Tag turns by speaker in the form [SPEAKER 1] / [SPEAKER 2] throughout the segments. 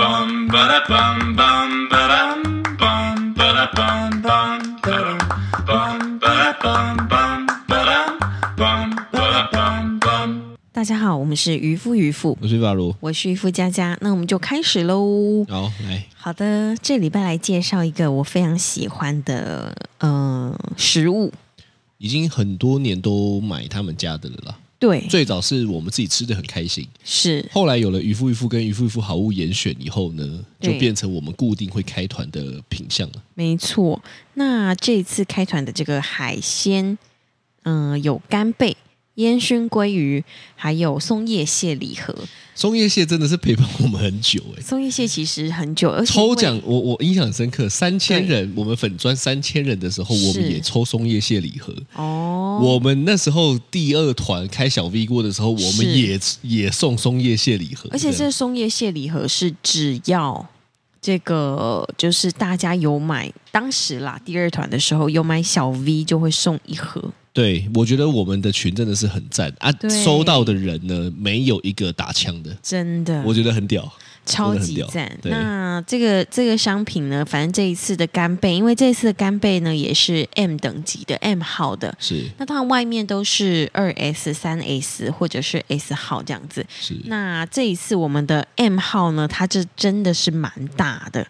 [SPEAKER 1] bum ba da bum bum ba dum bum ba da bum bum ba dum bum ba da bum bum ba dum bum ba da bum bum.
[SPEAKER 2] 大家好，我们是渔夫渔妇，
[SPEAKER 3] 我是法如。
[SPEAKER 2] 我是渔夫佳佳，那我们就开始喽。
[SPEAKER 3] 好，来，
[SPEAKER 2] 好的，这礼拜来介绍一个我非常喜欢的呃食物，
[SPEAKER 3] 已经很多年都买他们家的了啦。
[SPEAKER 2] 对，
[SPEAKER 3] 最早是我们自己吃的很开心，
[SPEAKER 2] 是
[SPEAKER 3] 后来有了渔夫渔夫跟渔夫渔夫好物严选以后呢，就
[SPEAKER 2] 对
[SPEAKER 3] 变成我们固定会开团的品项了。
[SPEAKER 2] 没错。那这次开团的这个海鲜，嗯、有干贝、烟熏鲑鱼，还有松叶蟹礼盒。
[SPEAKER 3] 松叶蟹真的是陪伴我们很久哎、
[SPEAKER 2] 松叶蟹其实很久，而且因为
[SPEAKER 3] 抽奖我我印象很深刻，三千
[SPEAKER 2] 对
[SPEAKER 3] 人，我们粉砖三千人的时候，我们
[SPEAKER 2] 是
[SPEAKER 3] 也抽松叶蟹礼盒。
[SPEAKER 2] 哦，
[SPEAKER 3] 我们那时候第二团开小 V 锅的时候，我
[SPEAKER 2] 是
[SPEAKER 3] 们也也送松叶蟹礼盒，
[SPEAKER 2] 而且
[SPEAKER 3] 这
[SPEAKER 2] 这
[SPEAKER 3] 样
[SPEAKER 2] 松叶蟹礼盒是只要这个就是大家有买，当时啦第二团的时候有买小 V 就会送一盒，
[SPEAKER 3] 对，我觉得我们的群真的是很赞啊！
[SPEAKER 2] 对
[SPEAKER 3] 收到的人呢，没有一个打枪的，
[SPEAKER 2] 真的，
[SPEAKER 3] 我觉得很屌。
[SPEAKER 2] 超
[SPEAKER 3] 真
[SPEAKER 2] 级
[SPEAKER 3] 的很
[SPEAKER 2] 赞
[SPEAKER 3] 屌。对
[SPEAKER 2] 那这个这个商品呢，反正这一次的干贝，因为这一次的干贝呢也是 M 等级的 M 号的。
[SPEAKER 3] 是
[SPEAKER 2] 那它外面都是二 S、三 S 或者是 S 号这样子，
[SPEAKER 3] 是，
[SPEAKER 2] 那这一次我们的 M 号呢，它这真的是蛮大的，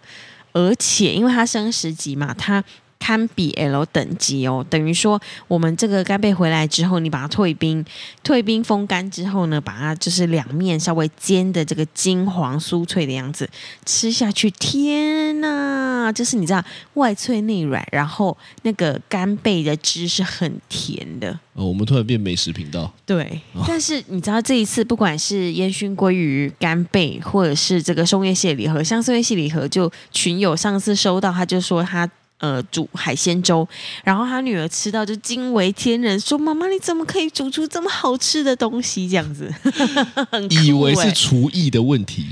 [SPEAKER 2] 而且因为它升十级嘛，它堪比 L 等级哦，等于说我们这个干贝回来之后，你把它退冰，退冰风干之后呢，把它就是两面稍微煎的这个金黄酥脆的样子，吃下去，天呐，就是你知道外脆内软，然后那个干贝的汁是很甜的。
[SPEAKER 3] 哦，我们突然变美食频道，
[SPEAKER 2] 对，
[SPEAKER 3] 哦
[SPEAKER 2] 但是你知道这一次，不管是烟熏鲑鱼、干贝，或者是这个松叶蟹礼盒，像松叶蟹礼盒，就群友上次收到，他就说他呃煮海鲜粥，然后他女儿吃到就惊为天人，说妈妈你怎么可以煮出这么好吃的东西？这样子， 很酷
[SPEAKER 3] 以为是
[SPEAKER 2] 欸
[SPEAKER 3] 厨艺的问题，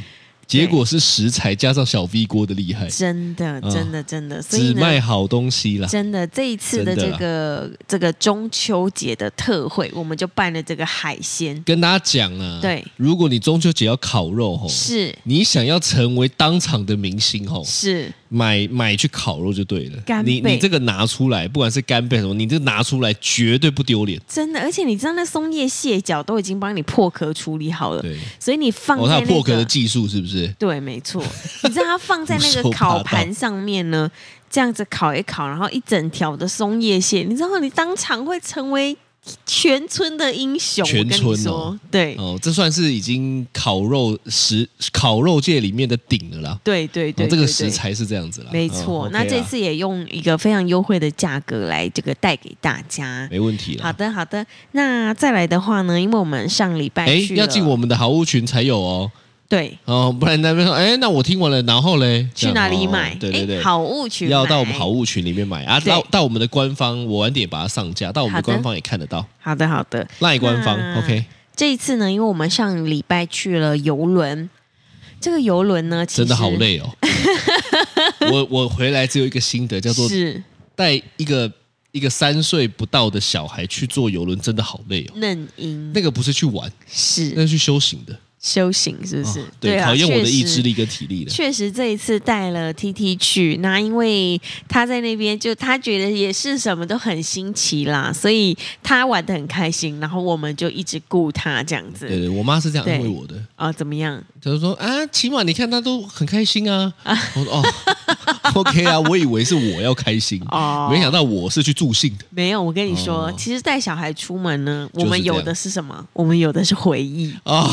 [SPEAKER 3] 结果是食材加上小 V 锅的厉害，
[SPEAKER 2] 真的，
[SPEAKER 3] 啊
[SPEAKER 2] 真的，真的，所以
[SPEAKER 3] 只
[SPEAKER 2] 呢。
[SPEAKER 3] 卖好东西啦。
[SPEAKER 2] 真的，这一次的
[SPEAKER 3] 真的
[SPEAKER 2] 这
[SPEAKER 3] 啦
[SPEAKER 2] 个这个中秋节的特惠，我们就办了这个海鲜，
[SPEAKER 3] 跟大家讲啊，
[SPEAKER 2] 对，
[SPEAKER 3] 如果你中秋节要烤肉吼，
[SPEAKER 2] 是
[SPEAKER 3] 你想要成为当场的明星吼，
[SPEAKER 2] 是，
[SPEAKER 3] 买买去烤肉就对了。
[SPEAKER 2] 干
[SPEAKER 3] 你
[SPEAKER 2] 贝
[SPEAKER 3] 你这个拿出来，不管是干贝什么，你这拿出来绝对不丢脸。
[SPEAKER 2] 真的，而且你知道那松叶蟹脚都已经帮你破壳处理好了，
[SPEAKER 3] 对，
[SPEAKER 2] 所以你放
[SPEAKER 3] 哦，
[SPEAKER 2] 在那
[SPEAKER 3] 它有
[SPEAKER 2] 个、
[SPEAKER 3] 破壳的技术是不是？
[SPEAKER 2] 对，没错，你知道它放在 那个
[SPEAKER 3] 胡说八道
[SPEAKER 2] 烤盘上面呢，这样子烤一烤，然后一整条的松叶蟹，你知道你当场会成为全村的英雄，
[SPEAKER 3] 全
[SPEAKER 2] 我
[SPEAKER 3] 村哦
[SPEAKER 2] 跟你说，对。
[SPEAKER 3] 哦，这算是已经烤肉食烤肉界里面的顶了啦。
[SPEAKER 2] 对对对
[SPEAKER 3] 哦，这个
[SPEAKER 2] 对
[SPEAKER 3] 食
[SPEAKER 2] 对
[SPEAKER 3] 材是这样子啦，
[SPEAKER 2] 没错。
[SPEAKER 3] 哦
[SPEAKER 2] 那
[SPEAKER 3] OK 啦
[SPEAKER 2] 这次也用一个非常优惠的价格来这个带给大家。
[SPEAKER 3] 没问题
[SPEAKER 2] 好
[SPEAKER 3] 啦。
[SPEAKER 2] 的，好的。那再来的话呢，因为我们上礼拜
[SPEAKER 3] 哎，
[SPEAKER 2] 去
[SPEAKER 3] 要
[SPEAKER 2] 了
[SPEAKER 3] 进我们的好物群才有哦，
[SPEAKER 2] 对
[SPEAKER 3] 哦，不然那边说，哎，那我听完了，然后嘞，
[SPEAKER 2] 去哪里
[SPEAKER 3] 这样哦
[SPEAKER 2] 买？
[SPEAKER 3] 对对
[SPEAKER 2] 诶
[SPEAKER 3] 对，
[SPEAKER 2] 好物群
[SPEAKER 3] 要到我们好
[SPEAKER 2] 物。
[SPEAKER 3] 物群里面买啊，
[SPEAKER 2] 对
[SPEAKER 3] 到到我们的官方，我晚点把它上架，到我们
[SPEAKER 2] 好
[SPEAKER 3] 的
[SPEAKER 2] 的
[SPEAKER 3] 官方也看得到，
[SPEAKER 2] 好的，好的。
[SPEAKER 3] 赖官方
[SPEAKER 2] 那
[SPEAKER 3] ，OK，
[SPEAKER 2] 这一次呢，因为我们上礼拜去了游轮，这个游轮呢，其实
[SPEAKER 3] 真的好，累哦。 我我回来只有一个心得，叫做
[SPEAKER 2] 是
[SPEAKER 3] 带一个一个三岁不到的小孩去坐游轮，真的好累哦。
[SPEAKER 2] 嫩鹰，
[SPEAKER 3] 那个不是去玩，那
[SPEAKER 2] 是
[SPEAKER 3] 是去修行的，
[SPEAKER 2] 修行，是不是？
[SPEAKER 3] 哦对，
[SPEAKER 2] 啊，
[SPEAKER 3] 考验我的
[SPEAKER 2] 确
[SPEAKER 3] 意
[SPEAKER 2] 实
[SPEAKER 3] 志力跟体力的。
[SPEAKER 2] 确实，这一次带了 T T 去，那因为他在那边就他觉得也是什么都很新奇啦，所以他玩的很开心，然后我们就一直顾他这样子。
[SPEAKER 3] 对对，我妈是这样
[SPEAKER 2] 对
[SPEAKER 3] 安慰我的，
[SPEAKER 2] 啊、怎么样？
[SPEAKER 3] 她就说啊，起码你看她都很开 心啊。我说哦 ，OK 啊，我以为是我要开心，
[SPEAKER 2] 哦
[SPEAKER 3] 没想到我是去助兴的。
[SPEAKER 2] 没有，我跟你说，
[SPEAKER 3] 哦
[SPEAKER 2] 其实带小孩出门呢，
[SPEAKER 3] 就是
[SPEAKER 2] 我们
[SPEAKER 3] 这样
[SPEAKER 2] 有的是什么？我们有的是回 忆。
[SPEAKER 3] 啊、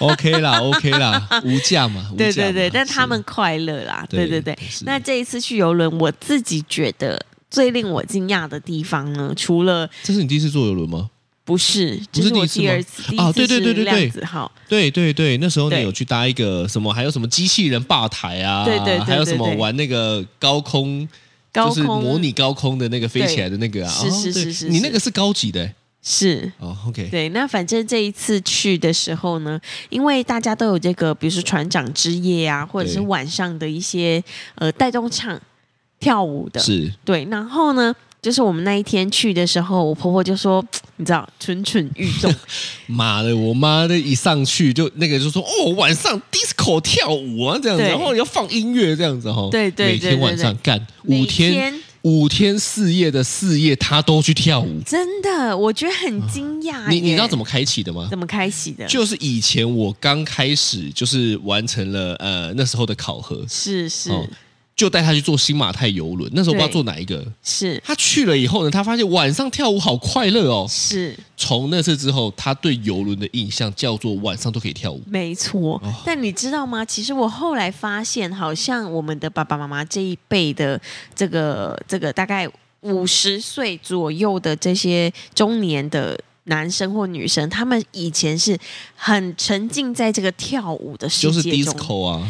[SPEAKER 3] o k 啦，OK 啦，无价嘛，无价
[SPEAKER 2] 对
[SPEAKER 3] 嘛
[SPEAKER 2] 对对，但
[SPEAKER 3] 是
[SPEAKER 2] 他们快乐啦，对对
[SPEAKER 3] 对
[SPEAKER 2] 对
[SPEAKER 3] 是。
[SPEAKER 2] 那这一次去游轮，我自己觉得最令我惊讶的地方呢，除了
[SPEAKER 3] 这是你第一次坐游轮吗？
[SPEAKER 2] 不是，这
[SPEAKER 3] 不是
[SPEAKER 2] 我
[SPEAKER 3] 第一次
[SPEAKER 2] 第
[SPEAKER 3] 吗
[SPEAKER 2] 二次，第一
[SPEAKER 3] 啊
[SPEAKER 2] 次
[SPEAKER 3] 对对对
[SPEAKER 2] 是
[SPEAKER 3] 对对
[SPEAKER 2] 量子号，
[SPEAKER 3] 对对对，那时候你
[SPEAKER 2] 对
[SPEAKER 3] 有去搭一个什么，还有什么机器人吧台啊，
[SPEAKER 2] 对对对
[SPEAKER 3] 还有什么
[SPEAKER 2] 对对
[SPEAKER 3] 玩那个高空，
[SPEAKER 2] 高
[SPEAKER 3] 就是
[SPEAKER 2] 空
[SPEAKER 3] 模拟高空的那个飞起来的那个啊，
[SPEAKER 2] 对
[SPEAKER 3] 哦
[SPEAKER 2] 是是
[SPEAKER 3] 对
[SPEAKER 2] 是是
[SPEAKER 3] 你
[SPEAKER 2] 是
[SPEAKER 3] 那个是高级的欸
[SPEAKER 2] 是。
[SPEAKER 3] 哦，OK，
[SPEAKER 2] 对，那反正这一次去的时候呢，因为大家都有这个，比如说船长之夜啊，或者是
[SPEAKER 3] 对
[SPEAKER 2] 晚上的一些呃带动唱跳舞的，
[SPEAKER 3] 是
[SPEAKER 2] 对，然后呢，就是我们那一天去的时候，我婆婆就说，你知道，蠢蠢欲 动，
[SPEAKER 3] 妈的，我妈的一上去就那个就说哦，晚上 disco 跳舞啊这样子，
[SPEAKER 2] 对
[SPEAKER 3] 然后要放音乐这样子哈、哦，
[SPEAKER 2] 对对
[SPEAKER 3] 每
[SPEAKER 2] 对
[SPEAKER 3] 天
[SPEAKER 2] 对
[SPEAKER 3] 晚上
[SPEAKER 2] 对
[SPEAKER 3] 干
[SPEAKER 2] 每
[SPEAKER 3] 五天
[SPEAKER 2] 天
[SPEAKER 3] 五天四夜的四夜，她都去跳舞。
[SPEAKER 2] 真的，我觉得很惊讶耶。
[SPEAKER 3] 啊你你知道怎
[SPEAKER 2] 么
[SPEAKER 3] 么开启的吗？
[SPEAKER 2] 怎么开启的？
[SPEAKER 3] 就是以前我刚开始就是完成了呃那时候的考核，
[SPEAKER 2] 是是、
[SPEAKER 3] 哦就带她去坐新马泰游轮，那时候不知道
[SPEAKER 2] 对
[SPEAKER 3] 坐哪一个。
[SPEAKER 2] 是
[SPEAKER 3] 她去了以后呢，她发现晚上跳舞好快乐哦。
[SPEAKER 2] 是，
[SPEAKER 3] 从那次之后，她对游轮的印象叫做晚上都可以跳舞。
[SPEAKER 2] 没错。
[SPEAKER 3] 哦
[SPEAKER 2] 但你知道吗？其实我后来发现，好像我们的爸爸妈妈这一辈的这个这个大概五十岁左右的这些中年的。男生或女生，他们以前是很沉浸在这个跳舞的世
[SPEAKER 3] 就是
[SPEAKER 2] 界中，
[SPEAKER 3] disco 啊，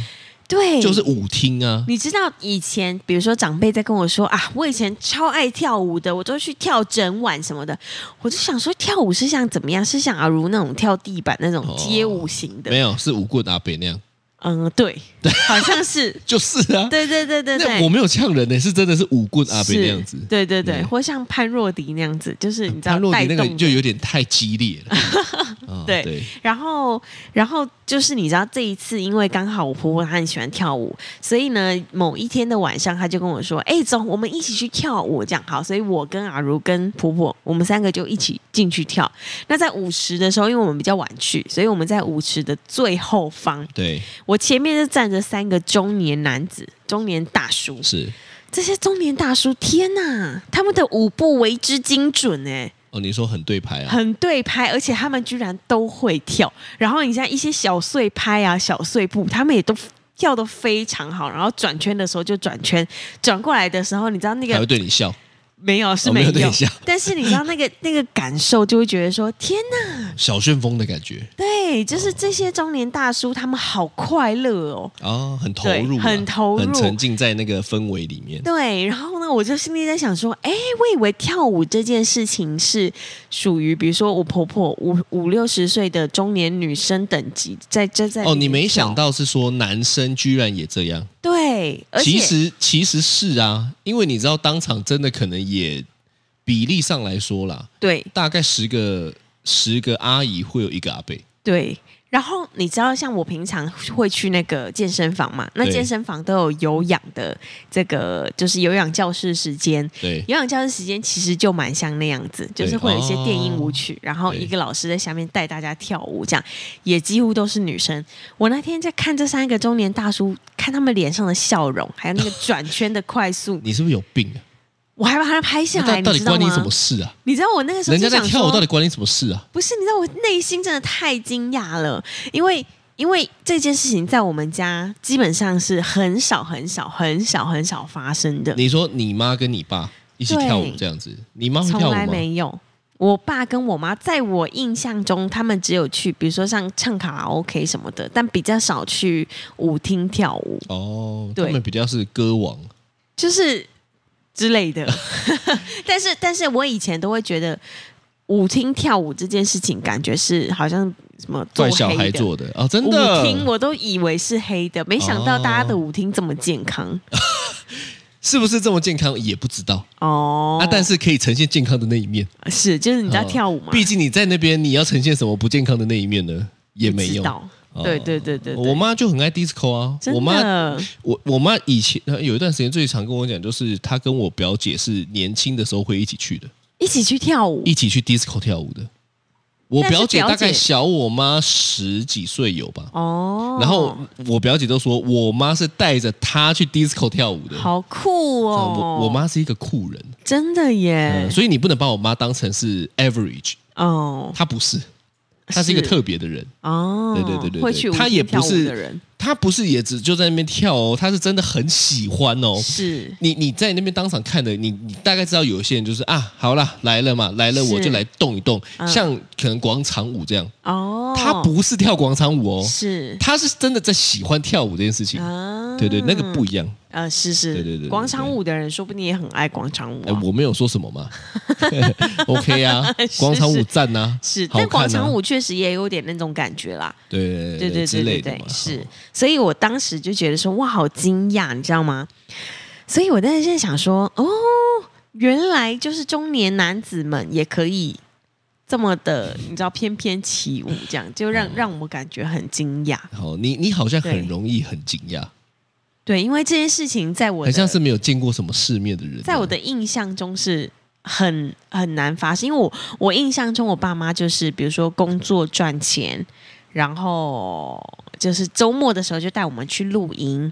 [SPEAKER 2] 对，
[SPEAKER 3] 就是舞厅啊，
[SPEAKER 2] 你知道以前，比如说长辈在跟我说啊，我以前超爱跳舞的，我都去跳整晚什么的，我就想说跳舞是像怎么样？是像阿如那种跳地板那种
[SPEAKER 3] 哦
[SPEAKER 2] 街舞型的？
[SPEAKER 3] 没有是舞棍阿北那样，
[SPEAKER 2] 嗯，对，好像 是，
[SPEAKER 3] 就是啊。
[SPEAKER 2] 对对对对
[SPEAKER 3] 那我
[SPEAKER 2] 对。
[SPEAKER 3] 没有呛人呢、欸是真的是舞棍阿北
[SPEAKER 2] 是
[SPEAKER 3] 那样子。
[SPEAKER 2] 对对
[SPEAKER 3] 对
[SPEAKER 2] 对，或像潘若迪那样子，就是你知道
[SPEAKER 3] 潘若
[SPEAKER 2] 带
[SPEAKER 3] 迪那个
[SPEAKER 2] 动
[SPEAKER 3] 就
[SPEAKER 2] 的，
[SPEAKER 3] 有点太激烈 了。啊
[SPEAKER 2] 对
[SPEAKER 3] 对，
[SPEAKER 2] 然后然后就是你知道这一次，因为刚好我婆婆她很喜欢跳舞，所以呢某一天的晚上，她就跟我说：“哎、走，我们一起去跳舞。”这样好，所以我跟阿如跟婆婆，我们三个就一起进去跳。那在舞池的时候，因为我们比较晚去，所以我们在舞池的最后方，
[SPEAKER 3] 对
[SPEAKER 2] 我前面就站着三个中年男子、中年大叔。
[SPEAKER 3] 是
[SPEAKER 2] 这些中年大叔，天呐，他们的舞步为之精准哎、
[SPEAKER 3] 哦，你说很对牌啊，
[SPEAKER 2] 很对拍，而且他们居然都会跳。然后你像一些小碎拍啊、小碎步，他们也都跳得非常好。然后转圈的时候就转圈，转过来的时候，你知道那
[SPEAKER 3] 还会
[SPEAKER 2] 个
[SPEAKER 3] 对你笑，
[SPEAKER 2] 没有是
[SPEAKER 3] 哦没
[SPEAKER 2] 没有，
[SPEAKER 3] 有等一下
[SPEAKER 2] 但是你知道那个那个感受，就会觉得说天哪，
[SPEAKER 3] 小旋风的感觉
[SPEAKER 2] 对，就是这些中年大叔他们好快乐哦。
[SPEAKER 3] 哦，很投
[SPEAKER 2] 对
[SPEAKER 3] 入啊，
[SPEAKER 2] 很投入
[SPEAKER 3] 很沉浸在那个氛围里面。
[SPEAKER 2] 对，然后呢，我就心里在想说，哎，我以为跳舞这件事情是属于，比如说我婆婆五五六十岁的中年女生等级，在这在
[SPEAKER 3] 哦，你没
[SPEAKER 2] 到。
[SPEAKER 3] 想到是说男生居然也这样，
[SPEAKER 2] 对，而且
[SPEAKER 3] 其实其实是啊，因为你知道当场真的可能也比例上来说啦，
[SPEAKER 2] 对
[SPEAKER 3] 大概十个十个阿姨会有一个阿伯，
[SPEAKER 2] 对。然后你知道，像我平常会去那个健身房嘛？那
[SPEAKER 3] 对
[SPEAKER 2] 健身房都有有氧的这个，就是有氧教室时间。
[SPEAKER 3] 对
[SPEAKER 2] 有氧教室时间其实就蛮像那样子，
[SPEAKER 3] 对哦
[SPEAKER 2] 就是会有一些电音舞曲，然后
[SPEAKER 3] 对，
[SPEAKER 2] 一个老师在下面带大家跳舞，这样也几乎都是女生。我那天在看这三个中年大叔，看他们脸上的笑容，还有那个转圈的快速
[SPEAKER 3] 你是不是有病啊？
[SPEAKER 2] 我还把它拍下来，
[SPEAKER 3] 那到
[SPEAKER 2] 啊你
[SPEAKER 3] 底
[SPEAKER 2] 知道
[SPEAKER 3] 关你
[SPEAKER 2] 吗？
[SPEAKER 3] 什么事啊？
[SPEAKER 2] 你知道我那个时候
[SPEAKER 3] 人
[SPEAKER 2] 就
[SPEAKER 3] 家在
[SPEAKER 2] 想
[SPEAKER 3] 跳舞，
[SPEAKER 2] 说
[SPEAKER 3] 到底关你什么事啊？
[SPEAKER 2] 不是，你知道我内心真的太惊讶了，因为因为这件事情在我们家基本上是很少很少很少很少发生的，
[SPEAKER 3] 你说你妈跟你爸一起
[SPEAKER 2] 对
[SPEAKER 3] 跳舞这样子，你妈会跳
[SPEAKER 2] 从
[SPEAKER 3] 舞
[SPEAKER 2] 来
[SPEAKER 3] 吗？
[SPEAKER 2] 没有。我爸跟我妈在我印象中，他们只有去，比如说像唱卡拉 OK 什么的，但比较少去舞厅跳舞，
[SPEAKER 3] 哦，他
[SPEAKER 2] 对
[SPEAKER 3] 们比较是歌王，
[SPEAKER 2] 就是之类 的。但是，但是我以前都会觉得舞厅跳舞这件事情，感觉是好像什么做
[SPEAKER 3] 怪小
[SPEAKER 2] 黑
[SPEAKER 3] 孩
[SPEAKER 2] 的
[SPEAKER 3] 做的哦，真
[SPEAKER 2] 舞厅
[SPEAKER 3] 的，
[SPEAKER 2] 我都以为是黑的，没想到大家的舞厅这么健康
[SPEAKER 3] 是不是这么健康也不知道
[SPEAKER 2] 哦。
[SPEAKER 3] 啊，但
[SPEAKER 2] 是
[SPEAKER 3] 是可以呈现健康的那一面。
[SPEAKER 2] 是就是你在
[SPEAKER 3] 哦
[SPEAKER 2] 跳舞嘛，
[SPEAKER 3] 毕竟你在那边，你要呈现什么不健康的那一面呢？也没
[SPEAKER 2] 不知
[SPEAKER 3] 有。
[SPEAKER 2] 道
[SPEAKER 3] 哦
[SPEAKER 2] 对对对对对
[SPEAKER 3] 我妈就很爱 disco 啊。
[SPEAKER 2] 真
[SPEAKER 3] 我妈，
[SPEAKER 2] 的
[SPEAKER 3] 我我妈以前呃有一段时间最常跟我讲，就是她跟我表姐是年轻的时候会一起去的，
[SPEAKER 2] 一起去跳舞
[SPEAKER 3] 一起去 disco 跳舞的。我
[SPEAKER 2] 但是
[SPEAKER 3] 表姐
[SPEAKER 2] 表
[SPEAKER 3] 大概
[SPEAKER 2] 姐
[SPEAKER 3] 小我妈十几岁有吧，
[SPEAKER 2] 哦，
[SPEAKER 3] 然后我表姐都说我妈是带着她去 disco 跳舞的。
[SPEAKER 2] 好酷哦，
[SPEAKER 3] 我我妈是一个酷人，
[SPEAKER 2] 真的耶
[SPEAKER 3] 嗯，所以你不能把我妈当成是 average，
[SPEAKER 2] 哦
[SPEAKER 3] 她不是，她是一个
[SPEAKER 2] 是
[SPEAKER 3] 特别的人。
[SPEAKER 2] 哦，
[SPEAKER 3] 对对对对对
[SPEAKER 2] 会去舞
[SPEAKER 3] 她也
[SPEAKER 2] 厅跳
[SPEAKER 3] 不
[SPEAKER 2] 舞
[SPEAKER 3] 是
[SPEAKER 2] 的人
[SPEAKER 3] 他不是也只就在那边跳哦，他是真的很喜欢哦。
[SPEAKER 2] 是
[SPEAKER 3] 你你在那边当场看的，你你大概知道有些人就是啊，好啦，来了嘛，来了
[SPEAKER 2] 是嗯
[SPEAKER 3] 我就来动一动，像可能广场舞这样，
[SPEAKER 2] 哦，
[SPEAKER 3] 他不是跳广场舞哦，
[SPEAKER 2] 是
[SPEAKER 3] 他是真的在喜欢跳舞这件事情。
[SPEAKER 2] 啊
[SPEAKER 3] 对对，那个不一样。
[SPEAKER 2] 呃是是
[SPEAKER 3] 对对对对
[SPEAKER 2] 广场舞的人说不定也很爱广场舞
[SPEAKER 3] 哎
[SPEAKER 2] 啊，
[SPEAKER 3] 我没有说什 么嘛，OK 啊，广场舞赞呐、啊，
[SPEAKER 2] 是，
[SPEAKER 3] 好看
[SPEAKER 2] 但
[SPEAKER 3] 啊
[SPEAKER 2] 广场舞确实也有点那种感觉啦。
[SPEAKER 3] 对
[SPEAKER 2] 对对
[SPEAKER 3] 之
[SPEAKER 2] 对对
[SPEAKER 3] 类的
[SPEAKER 2] 对
[SPEAKER 3] 嘛，，
[SPEAKER 2] 是，所以我当时就觉得说，哇，好惊讶，你知道吗？所以我当时在想说，哦，原来就是中年男子们也可以这么的，你知道翩翩起舞，这样就
[SPEAKER 3] 嗯
[SPEAKER 2] 让让我感觉很惊讶。
[SPEAKER 3] 好，你你好像
[SPEAKER 2] 对
[SPEAKER 3] 很容易很惊讶，
[SPEAKER 2] 对，因为这件事情在我
[SPEAKER 3] 很像
[SPEAKER 2] 的
[SPEAKER 3] 是没有见过什么世面的人。
[SPEAKER 2] 在我的印象中是很很难发生，因为我我印象中我爸妈就是比如说工作赚钱，然后就是周末的时候就带我们去露营、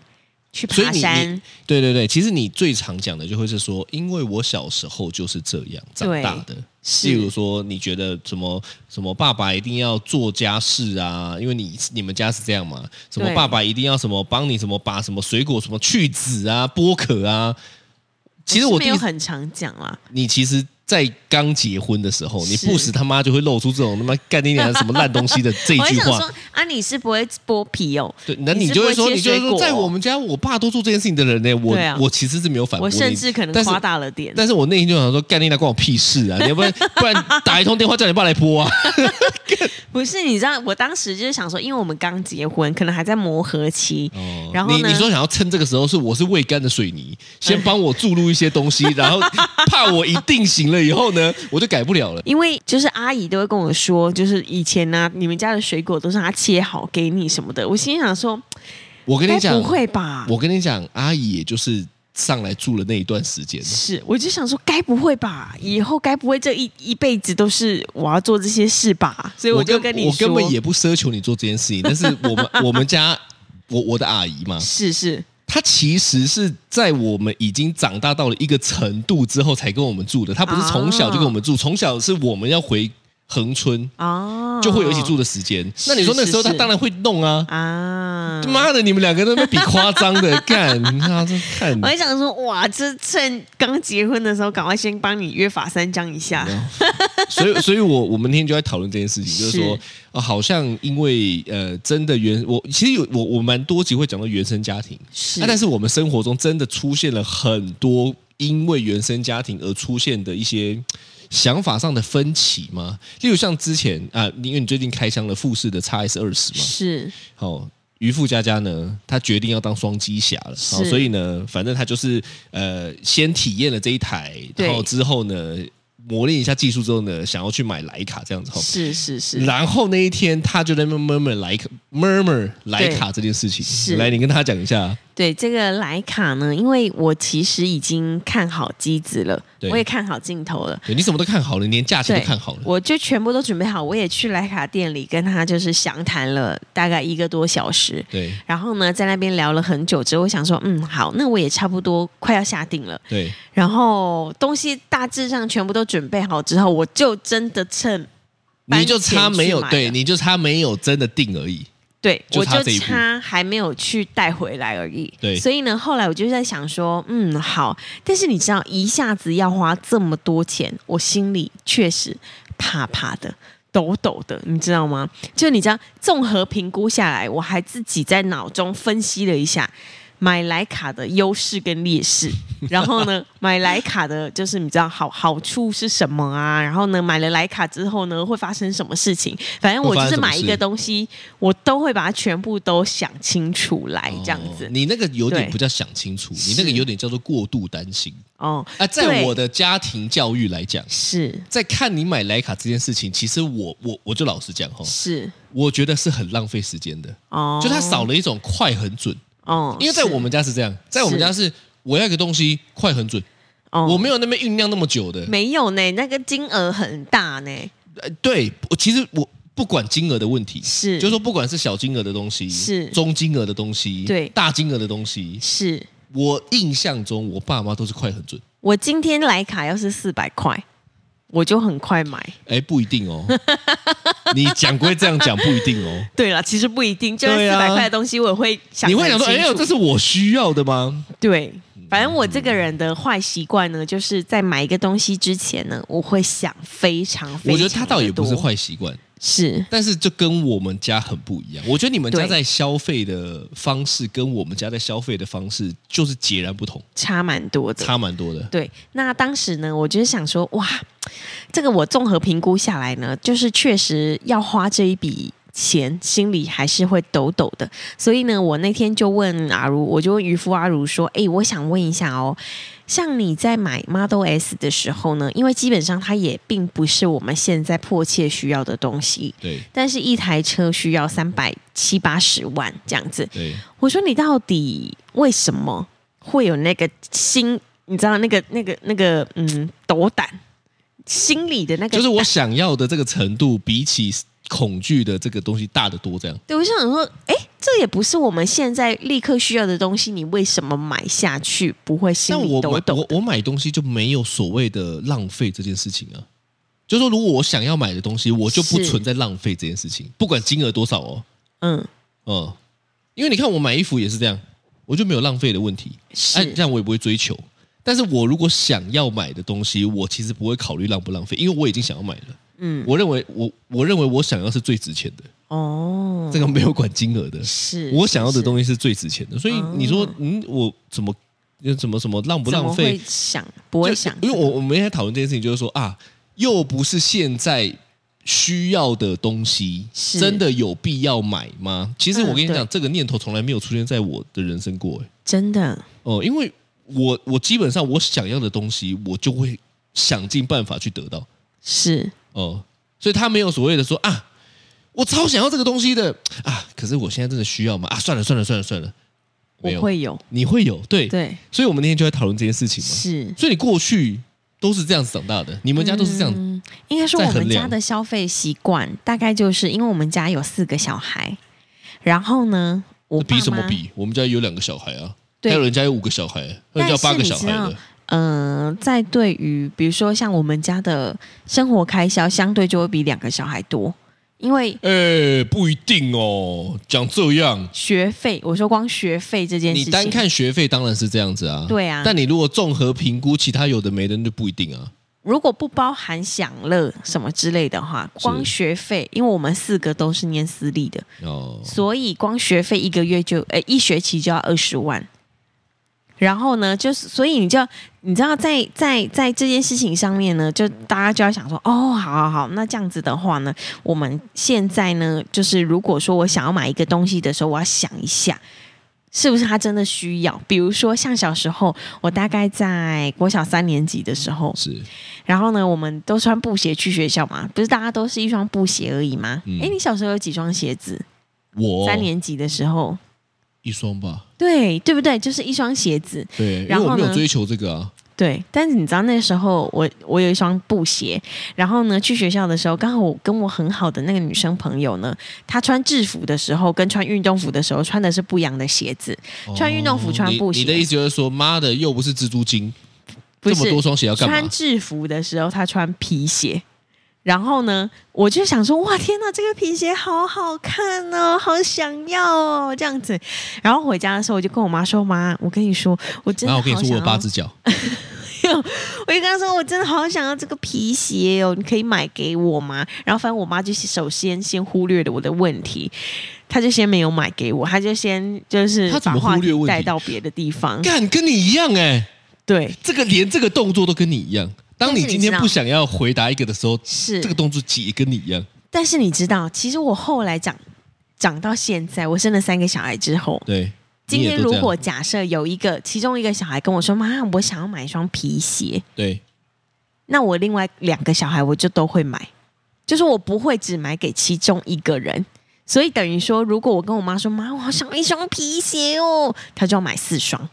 [SPEAKER 2] 去
[SPEAKER 3] 所以
[SPEAKER 2] 爬
[SPEAKER 3] 你
[SPEAKER 2] 山，
[SPEAKER 3] 对对对，其实你最常讲的就会是说，因为我小时候就是这样长
[SPEAKER 2] 对
[SPEAKER 3] 大的。
[SPEAKER 2] 是
[SPEAKER 3] 例如说，你觉得什么什么爸爸一定要做家事啊？因为你你们家是这样嘛？什么
[SPEAKER 2] 对
[SPEAKER 3] 爸爸一定要什么帮你什么把什么水果什么去籽啊、剥壳啊？其实
[SPEAKER 2] 是
[SPEAKER 3] 我
[SPEAKER 2] 没
[SPEAKER 3] 第一
[SPEAKER 2] 有很常讲啦，
[SPEAKER 3] 你其实，在刚结婚的时候，你
[SPEAKER 2] 是
[SPEAKER 3] 不时他妈就会露出这种他妈干你娘什么烂东西的这一
[SPEAKER 2] 我还
[SPEAKER 3] 句
[SPEAKER 2] 想
[SPEAKER 3] 话
[SPEAKER 2] 说。啊，你是不会剥皮哦，
[SPEAKER 3] 对，那
[SPEAKER 2] 你
[SPEAKER 3] 你
[SPEAKER 2] 是
[SPEAKER 3] 就
[SPEAKER 2] 不
[SPEAKER 3] 会
[SPEAKER 2] 会
[SPEAKER 3] 说，
[SPEAKER 2] 切
[SPEAKER 3] 你就会
[SPEAKER 2] 水
[SPEAKER 3] 说，
[SPEAKER 2] 果
[SPEAKER 3] 在
[SPEAKER 2] 哦
[SPEAKER 3] 我们家，我爸都做这件事情的人呢，我
[SPEAKER 2] 对啊
[SPEAKER 3] 呃我其实是没有反驳
[SPEAKER 2] 我
[SPEAKER 3] 你，
[SPEAKER 2] 甚至可能
[SPEAKER 3] 但是
[SPEAKER 2] 夸大了点。
[SPEAKER 3] 但是我内心就想说，干你那关我屁事啊！你 要不然不然打一通电话叫你爸来播啊？
[SPEAKER 2] 不是，你知道，我当时就是想说，因为我们刚结婚，可能还在磨合期，
[SPEAKER 3] 哦
[SPEAKER 2] 然后
[SPEAKER 3] 你
[SPEAKER 2] 呢
[SPEAKER 3] 你说想要趁这个时候是我是未干的水泥，先帮我注入一些东西，然后怕我一定行了以后呢，我就改不了了。
[SPEAKER 2] 因为就是阿姨都会跟我说，就是以前呢、你们家的水果都是她切好给你什么的。我心里想说，
[SPEAKER 3] 我跟
[SPEAKER 2] 该
[SPEAKER 3] 你讲
[SPEAKER 2] 哎不，会啊吧？
[SPEAKER 3] 我跟你讲，阿姨也就是上来住了那一段时间，
[SPEAKER 2] 是，我就想说，该不会吧？以后该不会这一一辈子都是我要做这些事吧？所以
[SPEAKER 3] 我
[SPEAKER 2] 就
[SPEAKER 3] 根
[SPEAKER 2] 你
[SPEAKER 3] 我
[SPEAKER 2] 说，
[SPEAKER 3] 根本也不奢求你做这件事情，但是 我们我们家我我的阿姨嘛，
[SPEAKER 2] 是是
[SPEAKER 3] 她其实是在我们已经长大到了一个程度之后才跟我们住的，她不是从小就跟我们
[SPEAKER 2] 啊
[SPEAKER 3] 住，从小是我们要回恒春
[SPEAKER 2] 哦，
[SPEAKER 3] 就会有一起住的时间。那你说那时候
[SPEAKER 2] 是
[SPEAKER 3] 她
[SPEAKER 2] 是
[SPEAKER 3] 当然会弄啊，
[SPEAKER 2] 啊。
[SPEAKER 3] 妈的，你们两个在那边比夸张 的干，他这看
[SPEAKER 2] 我。还想说，哇，这趁刚结婚的时候，赶快先帮你约法三章一下。
[SPEAKER 3] 所以，所以我我们那天就在讨论这件事情，就是
[SPEAKER 2] 是
[SPEAKER 3] 说，呃好像因为呃，真的原我其实有我我蛮多集会讲到原生家庭，
[SPEAKER 2] 是
[SPEAKER 3] 那、啊但是我们生活中真的出现了很多因为原生家庭而出现的一些想法上的分歧吗？例如像之前啊、因为你最近开箱了富士的 x S 二十嘛，
[SPEAKER 2] 是
[SPEAKER 3] 好、渔夫佳佳呢，她决定要当双机侠了，好、
[SPEAKER 2] 是
[SPEAKER 3] 所以呢，反正她就是呃，先体验了这一台，
[SPEAKER 2] 对
[SPEAKER 3] 然后之后呢，磨练一下技术之后呢，想要去买徕卡这样子哈、
[SPEAKER 2] 是是是，
[SPEAKER 3] 然后那一天，她就在那边 murmur 徕卡 murmur 徕卡这件事
[SPEAKER 2] 是
[SPEAKER 3] 情，来，你跟她讲一下，
[SPEAKER 2] 对这个徕卡呢，因为我其实已经看好机子了，
[SPEAKER 3] 对
[SPEAKER 2] 我也看好镜头了。
[SPEAKER 3] 对你什么都看好了，你连价钱
[SPEAKER 2] 对，
[SPEAKER 3] 都看好了，
[SPEAKER 2] 我就全部都准备好，我也去徕卡店里跟他就是详谈了大概一个多小时，
[SPEAKER 3] 对
[SPEAKER 2] 然后呢，在那边聊了很久之后，我想说，嗯，好，那我也差不多快要下定了。
[SPEAKER 3] 对，
[SPEAKER 2] 然后东西大致上全部都准备好之后，我就真的趁搬
[SPEAKER 3] 你就差没
[SPEAKER 2] 钱去买，
[SPEAKER 3] 有
[SPEAKER 2] 了
[SPEAKER 3] 对，你就差没有真的定而已，
[SPEAKER 2] 对
[SPEAKER 3] 就
[SPEAKER 2] 我
[SPEAKER 3] 差
[SPEAKER 2] 就
[SPEAKER 3] 这一步
[SPEAKER 2] 差还没有去带回来而已。
[SPEAKER 3] 对
[SPEAKER 2] 所以呢，后来我就在想说，嗯，好，但是你知道，一下子要花这么多钱，我心里确实怕怕的。抖抖的，你知道吗？就你知道，综合评估下来，我还自己在脑中分析了一下买莱卡的优势跟劣 势，然后呢，买莱卡的就是你知道好好处是什么啊？然后呢，买了莱卡之后呢，会发生什么事情？反正我
[SPEAKER 3] 会发
[SPEAKER 2] 就
[SPEAKER 3] 生
[SPEAKER 2] 是
[SPEAKER 3] 什么
[SPEAKER 2] 买一
[SPEAKER 3] 事
[SPEAKER 2] 个东西，我都会把它全部都想清楚来哎这样
[SPEAKER 3] 哦
[SPEAKER 2] 子。
[SPEAKER 3] 你那个有点
[SPEAKER 2] 对
[SPEAKER 3] 不叫想清楚，你那个
[SPEAKER 2] 是
[SPEAKER 3] 有点叫做过度担心。
[SPEAKER 2] 哦，
[SPEAKER 3] 啊，在
[SPEAKER 2] 对
[SPEAKER 3] 我的家庭教育来讲，
[SPEAKER 2] 是
[SPEAKER 3] 在看你买徕卡这件事情，其实我我我就老实讲哈，
[SPEAKER 2] 是
[SPEAKER 3] 我觉得是很浪费时间的，
[SPEAKER 2] 哦，
[SPEAKER 3] 就它少了一种快很准，
[SPEAKER 2] 哦，
[SPEAKER 3] 因为在
[SPEAKER 2] 是
[SPEAKER 3] 我们家是这样，在我们家是我要一个东西快很准，
[SPEAKER 2] 哦
[SPEAKER 3] 我没有那边酝酿那么久的，
[SPEAKER 2] 没有呢，那个金额很大呢，
[SPEAKER 3] 呃对，我其实我。不管金额的问题，
[SPEAKER 2] 是
[SPEAKER 3] 就是说不管是小金额的东西，
[SPEAKER 2] 是
[SPEAKER 3] 中金额的东西，
[SPEAKER 2] 对
[SPEAKER 3] 大金额的东西，
[SPEAKER 2] 是
[SPEAKER 3] 我印象中我爸妈都是快很准，
[SPEAKER 2] 我今天莱卡要是四百块，我就很快买。
[SPEAKER 3] 哎，不一定 哦，你讲归这样讲，不一定哦，
[SPEAKER 2] 对了，其实不一定，就算
[SPEAKER 3] 对
[SPEAKER 2] 四
[SPEAKER 3] 啊
[SPEAKER 2] 百块的东西，我也会想
[SPEAKER 3] 你
[SPEAKER 2] 得
[SPEAKER 3] 会
[SPEAKER 2] 很
[SPEAKER 3] 想
[SPEAKER 2] 清楚。
[SPEAKER 3] 说，哎呦，这是嗯我需要的吗？
[SPEAKER 2] 对，反正我这个人的坏习惯呢，就是在买一个东西之前呢，我会想非常非常
[SPEAKER 3] 我觉得他倒也
[SPEAKER 2] 地多
[SPEAKER 3] 不是，坏习惯，
[SPEAKER 2] 是
[SPEAKER 3] 但是就跟我们家很不一样。我觉得你们家
[SPEAKER 2] 对
[SPEAKER 3] 在消费的方式跟我们家在消费的方式就是截然不同，
[SPEAKER 2] 差蛮多的。
[SPEAKER 3] 差蛮多的。
[SPEAKER 2] 对，那当时呢，我就是想说，哇，这个我综合评估下来呢，就是确实要花这一笔前，心里还是会抖抖的。所以呢，我那天就问阿如，我就问渔夫阿如说：“诶，我想问一下哦，像你在买 Model S 的时候呢，因为基本上它也并不是我们现在迫切需要的东西，
[SPEAKER 3] 对
[SPEAKER 2] 但是一台车需要三百七八十万这样子。
[SPEAKER 3] 对，
[SPEAKER 2] 我说你到底为什么会有那个心？你知道那个那个那个嗯斗胆，心里的那个
[SPEAKER 3] 就是我
[SPEAKER 2] 胆
[SPEAKER 3] 想要的这个程度，比起恐惧的这个东西大得多。这样，
[SPEAKER 2] 对我就想说，哎，这也不是我们现在立刻需要的东西，你为什么买下去不会心
[SPEAKER 3] 但
[SPEAKER 2] 里
[SPEAKER 3] 我
[SPEAKER 2] 抖
[SPEAKER 3] 买
[SPEAKER 2] 抖
[SPEAKER 3] 我
[SPEAKER 2] 的？
[SPEAKER 3] 我买东西就没有所谓的浪费这件事情啊。就说如果我想要买的东西，我就不
[SPEAKER 2] 是
[SPEAKER 3] 存在浪费这件事情，不管金额多少哦。
[SPEAKER 2] 嗯，
[SPEAKER 3] 嗯，因为你看我买衣服也是这样，我就没有浪费的问题，
[SPEAKER 2] 是
[SPEAKER 3] 哎，这样我也不会追求。但是我如果想要买的东西，我其实不会考虑浪不浪费，因为我已经想要买了。
[SPEAKER 2] 嗯
[SPEAKER 3] 我认为我我认为我想要是最值钱的，
[SPEAKER 2] 哦，
[SPEAKER 3] 这个没有管金额的。
[SPEAKER 2] 是哦
[SPEAKER 3] 我想要的东
[SPEAKER 2] 西
[SPEAKER 3] 西是最值钱的，所以你说，嗯，我怎么怎么什么浪不浪费？
[SPEAKER 2] 想不会
[SPEAKER 3] 就
[SPEAKER 2] 想，
[SPEAKER 3] 因为我我们也在讨论这件事情，就是说啊，又不是现在需要的东西，
[SPEAKER 2] 是
[SPEAKER 3] 真的有必要买吗？其实我跟你讲，
[SPEAKER 2] 嗯
[SPEAKER 3] 这个念头从来没有出现在我的人生过，哎
[SPEAKER 2] 真的
[SPEAKER 3] 哦、因为我我基本上我想要的东西，我就会想尽办法去得到，
[SPEAKER 2] 是
[SPEAKER 3] 哦、所以他没有所谓的说啊，我超想要这个东西的啊，可是我现在真的需要吗？啊，算了算了算了算了，
[SPEAKER 2] 我
[SPEAKER 3] 没有，
[SPEAKER 2] 会有
[SPEAKER 3] 你会有对，
[SPEAKER 2] 对
[SPEAKER 3] 所以我们那天就在讨论这件事情嘛。
[SPEAKER 2] 是。
[SPEAKER 3] 所以你过去都是这样子长大的，你们家都是这样，
[SPEAKER 2] 嗯，应该说我
[SPEAKER 3] 在
[SPEAKER 2] 们
[SPEAKER 3] 衡
[SPEAKER 2] 家
[SPEAKER 3] 量
[SPEAKER 2] 的消费习惯大概就是因为我们家有四个小孩，然后呢，我爸
[SPEAKER 3] 比什么
[SPEAKER 2] 妈？
[SPEAKER 3] 比？我们家有两个小孩啊，
[SPEAKER 2] 对
[SPEAKER 3] 还有人家有五个小孩，还有人家有八个小孩
[SPEAKER 2] 但是你
[SPEAKER 3] 的
[SPEAKER 2] 知，嗯、在对于比如说像我们家的生活开销，相对就会比两个小孩多，因为
[SPEAKER 3] 哎，不一定哦。讲这样，
[SPEAKER 2] 学费，我说光学费这件事
[SPEAKER 3] 你
[SPEAKER 2] 情，
[SPEAKER 3] 单看学费当然是这样子啊，
[SPEAKER 2] 对啊
[SPEAKER 3] 但你如果综合评估其他有的没的，那就不一定啊。
[SPEAKER 2] 如果不包含享乐什么之类的话，光学费，因为我们四个都是念私立的，
[SPEAKER 3] 哦，
[SPEAKER 2] 所以光学费一个月就，呃，一学期就要二十万。然后呢，就是所以你就你知道在，在在这件事情上面呢，就大家就要想说，哦，好好好，那这样子的话呢，我们现在呢，就是如果说我想要买一个东西的时候，我要想一下。是不是他真的需要？比如说，像小时候，我大概在国小三年级的时候，
[SPEAKER 3] 是
[SPEAKER 2] 然后呢，我们都穿布鞋去学校嘛，不是大家都是一双布鞋而已吗？
[SPEAKER 3] 嗯
[SPEAKER 2] 哎、你小时候有几双鞋子？
[SPEAKER 3] 我
[SPEAKER 2] 三年级的时候，
[SPEAKER 3] 一双吧，
[SPEAKER 2] 对对不对？就是一双鞋子，
[SPEAKER 3] 对，因为
[SPEAKER 2] 然后
[SPEAKER 3] 我
[SPEAKER 2] 呢
[SPEAKER 3] 没有追求这个啊，
[SPEAKER 2] 对。但是你知道那时候我我有一双布鞋，然后呢去学校的时候，刚好我跟我很好的那个女生朋友呢，她穿制服的时候跟穿运动服的时候穿的是不一样的鞋子，穿运动服
[SPEAKER 3] 哦
[SPEAKER 2] 穿布鞋
[SPEAKER 3] 你。你的意思就是说，妈的，又不是蜘蛛精，
[SPEAKER 2] 不
[SPEAKER 3] 这
[SPEAKER 2] 是
[SPEAKER 3] 么多双鞋要干
[SPEAKER 2] 穿
[SPEAKER 3] 嘛？
[SPEAKER 2] 制服的时候，她穿皮鞋。然后呢，我就想说，哇，天哪，这个皮鞋好好看哦，好想要哦，这样子。然后回家的时候，我就跟我妈说，妈，我跟你说，我真
[SPEAKER 3] 然
[SPEAKER 2] 的好
[SPEAKER 3] 后我跟你
[SPEAKER 2] 想
[SPEAKER 3] 说，我
[SPEAKER 2] 要哦
[SPEAKER 3] 有八只脚，
[SPEAKER 2] 我就跟他说，我真的好想要这个皮鞋哦，你可以买给我吗？然后反正我妈就是首先先忽略了我的问题，她就先没有买给我，她就先就是
[SPEAKER 3] 她怎么
[SPEAKER 2] 把话
[SPEAKER 3] 忽略问题
[SPEAKER 2] 带到别的地方。
[SPEAKER 3] 干跟你一样哎、
[SPEAKER 2] 对，
[SPEAKER 3] 这个连这个动作都跟你一样。
[SPEAKER 2] 但
[SPEAKER 3] 当
[SPEAKER 2] 是
[SPEAKER 3] 你
[SPEAKER 2] 你
[SPEAKER 3] 今天
[SPEAKER 2] 知道
[SPEAKER 3] 不想要回答一个的时候，
[SPEAKER 2] 是
[SPEAKER 3] 这个动作也跟你一样。
[SPEAKER 2] 但是你知道，其实我后来长长到现在，我生了三个小孩之后，
[SPEAKER 3] 对，
[SPEAKER 2] 今
[SPEAKER 3] 你也
[SPEAKER 2] 天
[SPEAKER 3] 都
[SPEAKER 2] 如
[SPEAKER 3] 这样
[SPEAKER 2] 果假设有一个其中一个小孩跟我说：“妈，我想要买一双皮鞋。”
[SPEAKER 3] 对
[SPEAKER 2] 那我另外两个小孩我就都会买，就是我不会只买给其中一个人。所以等于说，如果我跟我妈说：“妈，我好想要一双皮鞋哦”，她就要买四双。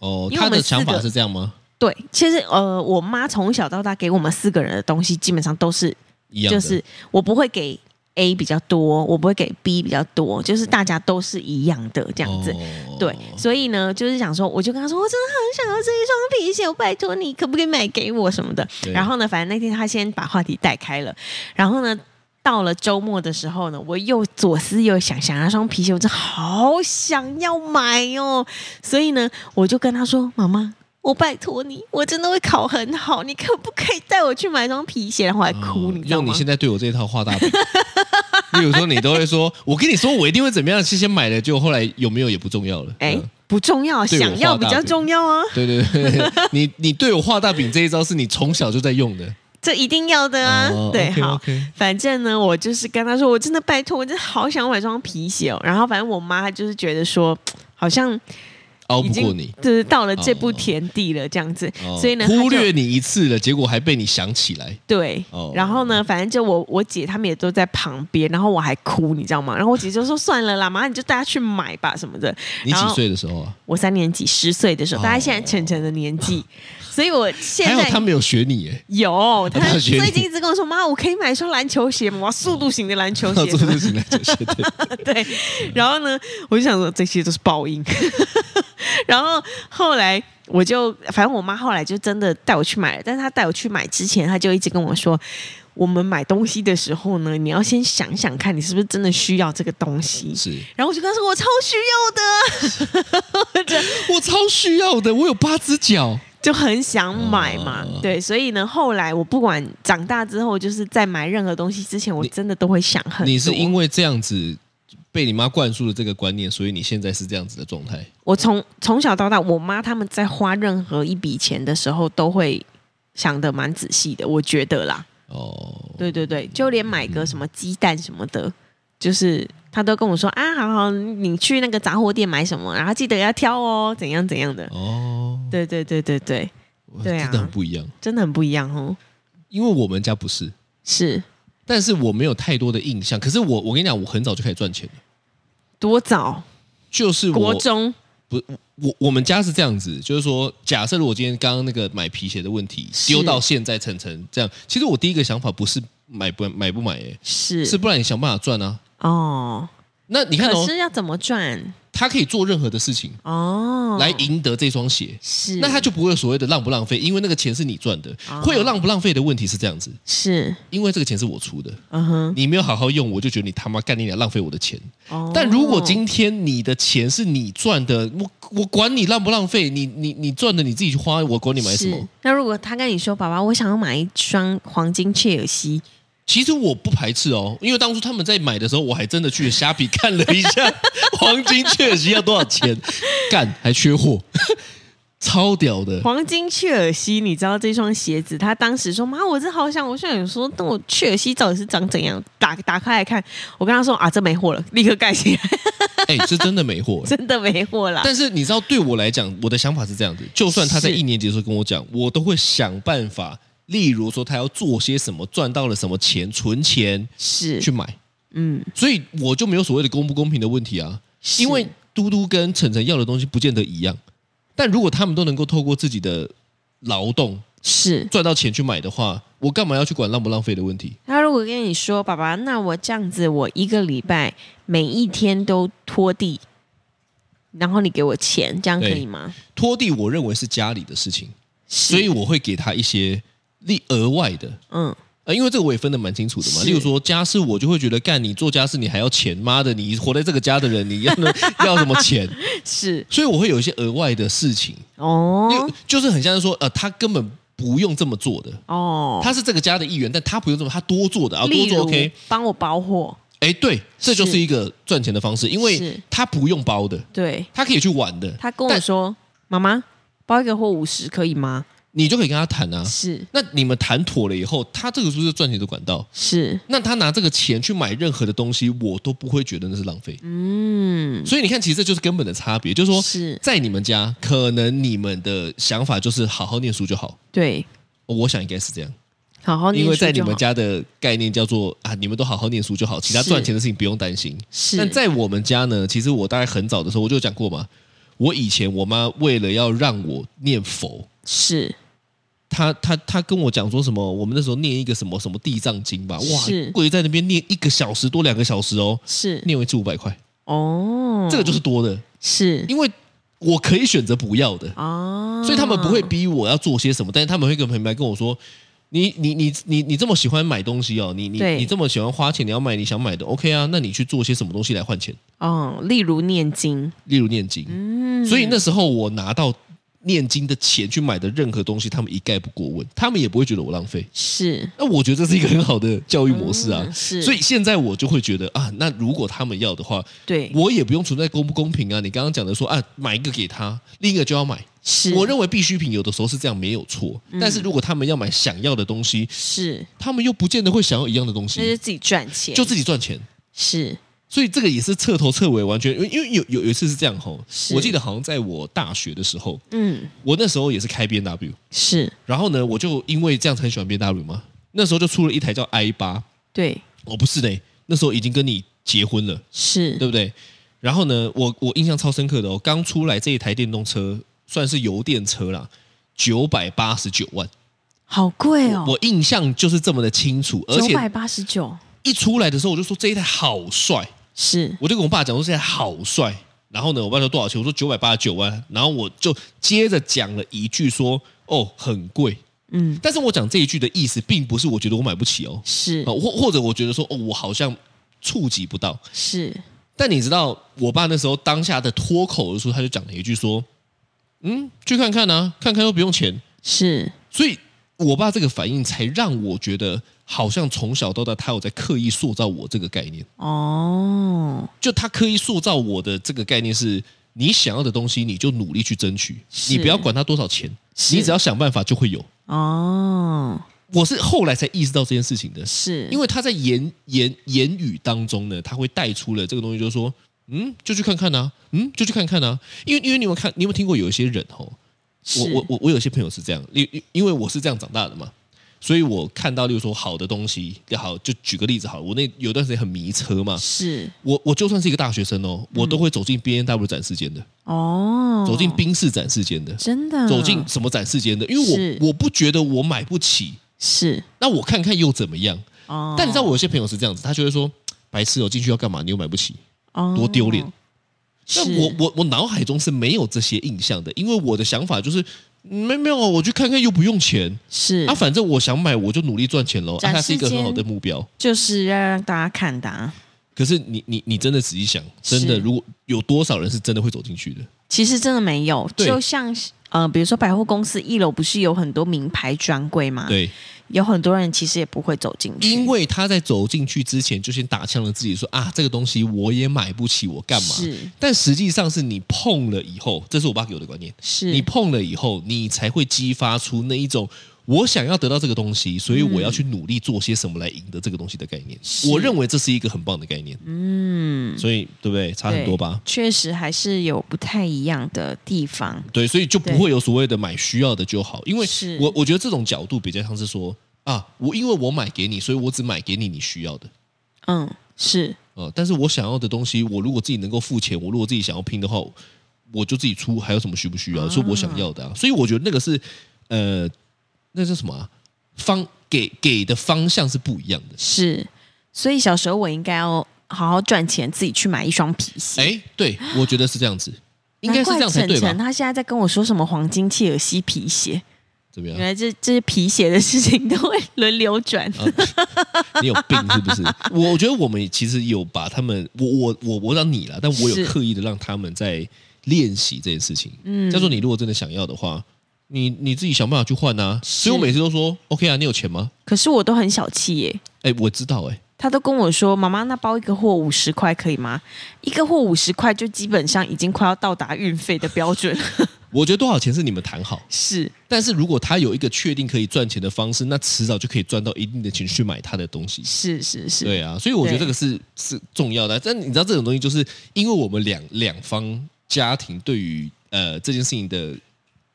[SPEAKER 3] 哦，
[SPEAKER 2] 因为我
[SPEAKER 3] 他
[SPEAKER 2] 们
[SPEAKER 3] 的
[SPEAKER 2] 四
[SPEAKER 3] 想法
[SPEAKER 2] 个
[SPEAKER 3] 是这样吗？
[SPEAKER 2] 对，其实呃，我妈从小到大给我们四个人的东西，基本上都是
[SPEAKER 3] 一样
[SPEAKER 2] 就
[SPEAKER 3] 的
[SPEAKER 2] 是我不会给 A 比较多，我不会给 B 比较多，就是大家都是一样的这样子。
[SPEAKER 3] 哦
[SPEAKER 2] 对，所以呢，就是想说，我就跟他说，我真的很想要这一双皮鞋，我拜托你，可不可以买给我什么的？
[SPEAKER 3] 对
[SPEAKER 2] 然后呢，反正那天他先把话题带开了，然后呢。到了周末的时候呢，我又左思右想，想那双皮鞋，我真的好想要买哦。所以呢，我就跟他说：“妈妈，我拜托你，我真的会考很好，你可不可以带我去买一双皮鞋？”然后我还哭，
[SPEAKER 3] 哦
[SPEAKER 2] 你知道
[SPEAKER 3] 用你
[SPEAKER 2] 吗？
[SPEAKER 3] 现在对我这一套画大饼。 例如说，你都会说，我跟你说，我一定会怎么样，先先买了，就后来有没有也不重要了。
[SPEAKER 2] 哎、
[SPEAKER 3] 嗯
[SPEAKER 2] 不重要，
[SPEAKER 3] 对我
[SPEAKER 2] 想要
[SPEAKER 3] 画
[SPEAKER 2] 比
[SPEAKER 3] 大
[SPEAKER 2] 较
[SPEAKER 3] 饼
[SPEAKER 2] 重要啊。
[SPEAKER 3] 对对对，你你对我画大饼这一招是你从小就在用的，
[SPEAKER 2] 这一定要的啊。
[SPEAKER 3] 哦
[SPEAKER 2] 对
[SPEAKER 3] OK，
[SPEAKER 2] 好
[SPEAKER 3] OK
[SPEAKER 2] 反正呢，我就是跟他说，我真的拜托，我真的好想买双皮鞋哦。然后反正我妈她就是觉得说，好像
[SPEAKER 3] 熬
[SPEAKER 2] 已
[SPEAKER 3] 不
[SPEAKER 2] 经
[SPEAKER 3] 过你，
[SPEAKER 2] 就是到了这步
[SPEAKER 3] 哦
[SPEAKER 2] 田地了这样子，
[SPEAKER 3] 哦
[SPEAKER 2] 所以呢，她就
[SPEAKER 3] 忽略你一次了，结果还被你想起来。
[SPEAKER 2] 对，
[SPEAKER 3] 哦
[SPEAKER 2] 然后呢，反正就我我姐他们也都在旁边，然后我还哭，你知道吗？然后我姐就说算了啦，妈你就带她去买吧什么的。
[SPEAKER 3] 你
[SPEAKER 2] 然
[SPEAKER 3] 几
[SPEAKER 2] 后
[SPEAKER 3] 岁的时候啊？
[SPEAKER 2] 我三年级十岁的时候，
[SPEAKER 3] 哦
[SPEAKER 2] 大概现在晨晨的年纪，所以我现
[SPEAKER 3] 还好
[SPEAKER 2] 在
[SPEAKER 3] 他没有学你耶，
[SPEAKER 2] 有他
[SPEAKER 3] 他学你
[SPEAKER 2] 最近一直跟我说妈，我可以买一双篮球鞋吗？我要速度型的篮球 鞋
[SPEAKER 3] 做。这事情来解决的。
[SPEAKER 2] 对，然后呢，我就想说这些都是报应。 然后后来我就，反正我妈后来就真的带我去买了，但是她带我去买之前，她就一直跟我说，我们买东西的时候呢，你要先想想看，你是不是真的需要这个东西。
[SPEAKER 3] 是
[SPEAKER 2] 然后我就跟她说，我超需要的啊，
[SPEAKER 3] 我超需要的，我有八只脚。
[SPEAKER 2] 就很想买嘛。
[SPEAKER 3] 哦
[SPEAKER 2] 对，所以呢，后来我不管长大之后，就是在买任何东西之前，我真的都会想很多。
[SPEAKER 3] 你是因为这样子被你妈灌输了这个观念，所以你现在是这样子的状态。
[SPEAKER 2] 我从从小到大，我妈他们在花任何一笔钱的时候，都会想的蛮仔细的，我觉得啦。
[SPEAKER 3] 哦，
[SPEAKER 2] 对对对，就连买个什么鸡蛋什么的，就是她都跟我说啊，好好，你去那个杂货店买什么，然后记得要挑哦，怎样怎样的。
[SPEAKER 3] 哦，
[SPEAKER 2] 对对对对对，
[SPEAKER 3] 哇
[SPEAKER 2] 对啊
[SPEAKER 3] 真的很不一样。
[SPEAKER 2] 真的很不一样哦。
[SPEAKER 3] 因为我们家不是，
[SPEAKER 2] 是
[SPEAKER 3] 但是我没有太多的印象。可是我，我跟你讲，我很早就开始赚钱了，
[SPEAKER 2] 多早？
[SPEAKER 3] 就是我
[SPEAKER 2] 国中
[SPEAKER 3] 我我们家是这样子，就是说，假设如果今天刚刚那个买皮鞋的问题
[SPEAKER 2] 是
[SPEAKER 3] 丢到现在晨晨这样，其实我第一个想法不是买不买不买、欸，
[SPEAKER 2] 是
[SPEAKER 3] 是不然你想办法赚啊。
[SPEAKER 2] 哦，
[SPEAKER 3] 那你看
[SPEAKER 2] 可
[SPEAKER 3] 哦，
[SPEAKER 2] 是要怎么赚
[SPEAKER 3] 他可以做任何的事情
[SPEAKER 2] 哦？
[SPEAKER 3] 来赢得这双鞋，
[SPEAKER 2] 是
[SPEAKER 3] 那他就不会有所谓的浪不浪费，因为那个钱是你赚的。
[SPEAKER 2] 哦
[SPEAKER 3] 会有浪不浪费的问题是这样子，
[SPEAKER 2] 是
[SPEAKER 3] 因为这个钱是我出的，
[SPEAKER 2] 嗯哼。
[SPEAKER 3] 你没有好好用，我就觉得你他妈干你俩浪费我的钱。
[SPEAKER 2] 哦
[SPEAKER 3] 但如果今天你的钱是你赚的，我我管你浪不浪费，你你你赚的你自己去花，我管你买什么
[SPEAKER 2] 是。那如果他跟你说：“爸爸，我想要买一双黄金切尔西。
[SPEAKER 3] 其实我不排斥哦，因为当初他们在买的时候，我还真的去虾皮看了 一下黄金确实要多少钱，干还缺货， 超屌”的。
[SPEAKER 2] 黄金切尔西，你知道这双鞋子？他当时说：“妈，我真的好想。”我现在有说：“那我切尔西到底是长怎样？”打打开来看，我跟他说：“啊，这没货了，立刻盖起来，
[SPEAKER 3] 哎、这真的没货。
[SPEAKER 2] 真的没货了。
[SPEAKER 3] 但是你知道，对我来讲，我的想法是这样子：就算他在
[SPEAKER 2] 是
[SPEAKER 3] 一年级的时候跟我讲，我都会想办法，例如说他要做些什么，赚到了什么钱，存钱”去
[SPEAKER 2] 是，
[SPEAKER 3] 买。
[SPEAKER 2] 嗯，
[SPEAKER 3] 所以我就没有所谓的公不公平的问题啊，
[SPEAKER 2] 是
[SPEAKER 3] 因为嘟嘟跟晨晨要的东西不见得一样，但如果他们都能够透过自己的劳动
[SPEAKER 2] 是
[SPEAKER 3] 赚到钱去买的话，我干嘛要去管浪不浪费的问题？
[SPEAKER 2] 他如果跟你说：“爸爸，那我这样子，我一个礼拜每一天都拖地，然后你给我钱，这样可
[SPEAKER 3] 对
[SPEAKER 2] 以吗
[SPEAKER 3] 拖地我认为是家里的事情，？”
[SPEAKER 2] 所
[SPEAKER 3] 所以我会给他一些利额外的。
[SPEAKER 2] 嗯，
[SPEAKER 3] 呃，因为这个我也分得蛮清楚的嘛。
[SPEAKER 2] 是
[SPEAKER 3] 例如说家事，我就会觉得干你做家事你还要钱，妈的，你活在这个家的人，你要 要什么钱？
[SPEAKER 2] 是
[SPEAKER 3] 所以我会有一些额外的事情，
[SPEAKER 2] 哦
[SPEAKER 3] 就就是很像是说，呃，他根本不用这么做的，
[SPEAKER 2] 哦，
[SPEAKER 3] 他是这个家的一员，但他不用这么，他多做的啊，多
[SPEAKER 2] 例如
[SPEAKER 3] 做 OK。
[SPEAKER 2] 帮我包货，
[SPEAKER 3] 哎，对，这就是
[SPEAKER 2] 是
[SPEAKER 3] 一个赚钱的方式，因为
[SPEAKER 2] 是
[SPEAKER 3] 他不用包的，
[SPEAKER 2] 对
[SPEAKER 3] 他可以去玩的，
[SPEAKER 2] 他跟我
[SPEAKER 3] 但
[SPEAKER 2] 说：“妈妈，包一个货五十可以吗
[SPEAKER 3] 你就可以跟他谈啊？”。
[SPEAKER 2] 是
[SPEAKER 3] 那你们谈妥了以后，他这个是不是赚钱的管道？
[SPEAKER 2] 是，
[SPEAKER 3] 那他拿这个钱去买任何的东西，我都不会觉得那是浪费。
[SPEAKER 2] 嗯，
[SPEAKER 3] 所以你看，其实这就是根本的差别，就是说，
[SPEAKER 2] 是
[SPEAKER 3] 在你们家，可能你们的想法就是好好念书就好。
[SPEAKER 2] 对，
[SPEAKER 3] 我想应该是这样，
[SPEAKER 2] 好好念
[SPEAKER 3] 因为在
[SPEAKER 2] 书
[SPEAKER 3] 你
[SPEAKER 2] 就
[SPEAKER 3] 们
[SPEAKER 2] 好
[SPEAKER 3] 家的概念叫做啊，你们都好好念书就好，其他
[SPEAKER 2] 是
[SPEAKER 3] 赚钱的事情不用担心。
[SPEAKER 2] 是
[SPEAKER 3] 但在我们家呢，其实我大概很早的时候我就讲过嘛，我以前我妈为了要让我念佛，
[SPEAKER 2] 是
[SPEAKER 3] 她她她跟我讲说什么，我们那时候念一个什么什么地藏经吧，哇
[SPEAKER 2] 是，
[SPEAKER 3] 跪在那边念一个小时多两个小时哦，
[SPEAKER 2] 是
[SPEAKER 3] 念完一次五百块，
[SPEAKER 2] 哦，
[SPEAKER 3] 这个就是多的，
[SPEAKER 2] 是
[SPEAKER 3] 因为我可以选择不要的，
[SPEAKER 2] 哦，
[SPEAKER 3] 所以他们不会逼我要做些什么，但是他们会跟朋友们跟我说。你你你你你这么喜欢买东西哦，你你
[SPEAKER 2] 对
[SPEAKER 3] 你这么喜欢花钱，你要买你想买的，OK 啊？那你去做些什么东西来换钱？
[SPEAKER 2] 哦，例如念经，嗯
[SPEAKER 3] 例如念经。所以那时候我拿到念经的钱去买的任何东西，他们一概不过问，他们也不会觉得我浪费。
[SPEAKER 2] 是
[SPEAKER 3] 那我觉得这是一个很好的教育模式啊。
[SPEAKER 2] 嗯是
[SPEAKER 3] 所以现在我就会觉得啊，那如果他们要的话，
[SPEAKER 2] 对，
[SPEAKER 3] 我也不用存在公不公平啊。你刚刚讲的说啊，买一个给他，另一个就要买。
[SPEAKER 2] 是嗯
[SPEAKER 3] 我认为必需品有的时候是这样没有错，但是如果他们要买想要的东西，
[SPEAKER 2] 是，
[SPEAKER 3] 他们又不见得会想要一样的东
[SPEAKER 2] 那就
[SPEAKER 3] 西，
[SPEAKER 2] 自己赚钱，
[SPEAKER 3] 就自己赚钱。
[SPEAKER 2] 是
[SPEAKER 3] 所以这个也是彻头彻尾完全，因为因为有有有一次是这样吼，
[SPEAKER 2] 是
[SPEAKER 3] 我记得好像在我大学的时候，
[SPEAKER 2] 嗯
[SPEAKER 3] 我那时候也是开 B N W，
[SPEAKER 2] 是
[SPEAKER 3] 然后呢，我就因为这样子很喜欢 B N W 嘛，那时候就出了一台叫 i 八，
[SPEAKER 2] 对
[SPEAKER 3] 哦不是呢，那时候已经跟你结婚 了，
[SPEAKER 2] 是
[SPEAKER 3] 对不对？然后呢，我我印象超深刻的哦，刚出来这一台电动车算是油电车啦，九百八十九万，
[SPEAKER 2] 好贵哦，
[SPEAKER 3] 我印象就是这么的清楚，而
[SPEAKER 2] 九
[SPEAKER 3] 且
[SPEAKER 2] 百八十九
[SPEAKER 3] 一出来的时候我就说这一台好帅，
[SPEAKER 2] 是
[SPEAKER 3] 我就跟我爸讲说这台好帅，然后呢，我爸说多少钱？我说九百八十九万，然后我就接着讲了一句说哦很贵，
[SPEAKER 2] 嗯
[SPEAKER 3] 但是我讲这一句的意思并不是我觉得我买不起哦，
[SPEAKER 2] 是
[SPEAKER 3] 啊或或者我觉得说哦我好像触及不到，
[SPEAKER 2] 是
[SPEAKER 3] 但你知道，我爸那时候当下的脱口而出，他就讲了一句说：“嗯，去看看啊，看看又不用钱。
[SPEAKER 2] 是”
[SPEAKER 3] 所以，我爸这个反应才让我觉得，好像从小到大他有在刻意塑造我这个概念。
[SPEAKER 2] 哦
[SPEAKER 3] 就他刻意塑造我的这个概念是：你想要的东西，你就努力去争取，
[SPEAKER 2] 是
[SPEAKER 3] 你不要管它多少钱，
[SPEAKER 2] 是
[SPEAKER 3] 你只要想办法就会有。
[SPEAKER 2] 哦
[SPEAKER 3] 我是后来才意识到这件事情的，
[SPEAKER 2] 是
[SPEAKER 3] 因
[SPEAKER 2] 为
[SPEAKER 3] 为他在言言言语当中呢，他会带出了这个东西，就是说，嗯，就去看看啊，嗯，就去看看啊。因为因为你有没有看，你有没有听过有一些人哦，我我我我有些朋友是这样，因因因为我是这样长大的嘛，所以我看到，例如说好的东西，好，就举个例子好了，我那有段时间很迷车嘛，
[SPEAKER 2] 是
[SPEAKER 3] 我我就算是一个大学生哦，我都会走进 B N W 展示间的，
[SPEAKER 2] 嗯哦
[SPEAKER 3] 走进宾士展示间的，
[SPEAKER 2] 真的
[SPEAKER 3] 走进什么展示间的，因
[SPEAKER 2] 是
[SPEAKER 3] 为我我不觉得我买不起，
[SPEAKER 2] 是
[SPEAKER 3] 那我看看又怎么样？
[SPEAKER 2] 哦，
[SPEAKER 3] 但你知道我有些朋友是这样子，他就会说：“白痴哦，进去要干嘛？你又买不起，
[SPEAKER 2] 哦
[SPEAKER 3] 多丢脸。
[SPEAKER 2] 是
[SPEAKER 3] 但我我我脑海中是没有这些印象的，因为我的想法就是。没没有，我去看看又不用钱
[SPEAKER 2] 是
[SPEAKER 3] 啊，反正我想买我就努力赚钱喽。啊，
[SPEAKER 2] 展
[SPEAKER 3] 它
[SPEAKER 2] 示
[SPEAKER 3] 是一个
[SPEAKER 2] 嗯
[SPEAKER 3] 很
[SPEAKER 2] 间
[SPEAKER 3] 好的目标。
[SPEAKER 2] 就是要让大家看的啊。
[SPEAKER 3] 可是你你你真的仔细想，真的
[SPEAKER 2] 是
[SPEAKER 3] 如果有多少人是真的会走进去的？
[SPEAKER 2] 其实真的没有，
[SPEAKER 3] 对
[SPEAKER 2] 就像是呃，比如说百货公司一楼不是有很多名牌专柜吗？，
[SPEAKER 3] 对，
[SPEAKER 2] 有很多人其实也不会走进去，
[SPEAKER 3] 因为他在走进去之前就先打枪了自己说啊，这个东西我也买不起，我干嘛？
[SPEAKER 2] 是
[SPEAKER 3] 但实际上是你碰了以后，这是我爸给我的观念，
[SPEAKER 2] 是
[SPEAKER 3] 你碰了以后，你才会激发出那一种我想要得到这个东西，所以我要去努力做些什么来赢得这个东西的概
[SPEAKER 2] 嗯
[SPEAKER 3] 念。我认为这是一个很棒的概念，嗯，所以对不对？差很多吧？
[SPEAKER 2] 确实还是有不太一样的地方。
[SPEAKER 3] 对，所以就不会有所谓的买需要的就好，因为
[SPEAKER 2] 是
[SPEAKER 3] 我我觉得这种角度比较像是说啊，我因为我买给你，所以我只买给你你需要的。
[SPEAKER 2] 嗯，是
[SPEAKER 3] 呃，但是我想要的东西，我如果自己能够付钱，我如果自己想要拼的话，我就自己出，还有什么需不需要？是我想要的啊。所以我觉得那个是，呃，那叫什么、啊、方给给的方向是不一样的。
[SPEAKER 2] 是，所以小时候我应该要好好赚钱，自己去买一双皮鞋。
[SPEAKER 3] 哎，对，我觉得是这样子，应该是这样才
[SPEAKER 2] 难怪
[SPEAKER 3] 对
[SPEAKER 2] 晨
[SPEAKER 3] 吧
[SPEAKER 2] 晨？啊他现在在跟我说什么黄金切尔西皮鞋，
[SPEAKER 3] 怎么
[SPEAKER 2] 原
[SPEAKER 3] 样？
[SPEAKER 2] 来这这些皮鞋的事情都会轮流转。
[SPEAKER 3] 嗯你有病是不是？我我觉得我们其实有把他们，我我我我让你了，但我
[SPEAKER 2] 是
[SPEAKER 3] 有刻意的让他们在练习这件事情。嗯，叫做你如果真的想要的话，你你自己想办法去换啊。所以我每次都说 OK 啊，你有钱吗？
[SPEAKER 2] 可是我都很小气耶、
[SPEAKER 3] 哎，我知道哎、
[SPEAKER 2] 他都跟我说：“妈妈，那包一个货五十块可以吗？一个货五十块，就基本上已经快要到达运费的标准了。
[SPEAKER 3] 我觉得多少钱是你们谈好，
[SPEAKER 2] 是
[SPEAKER 3] 但是如果他有一个确定可以赚钱的方式，那迟早就可以赚到一定的钱去买他的东西。
[SPEAKER 2] 是是是，
[SPEAKER 3] 对啊，所以我觉得
[SPEAKER 2] 对
[SPEAKER 3] 这个是是重要的啊。但你知道这种东西，就是因为我们两两方家庭对于呃这件事情的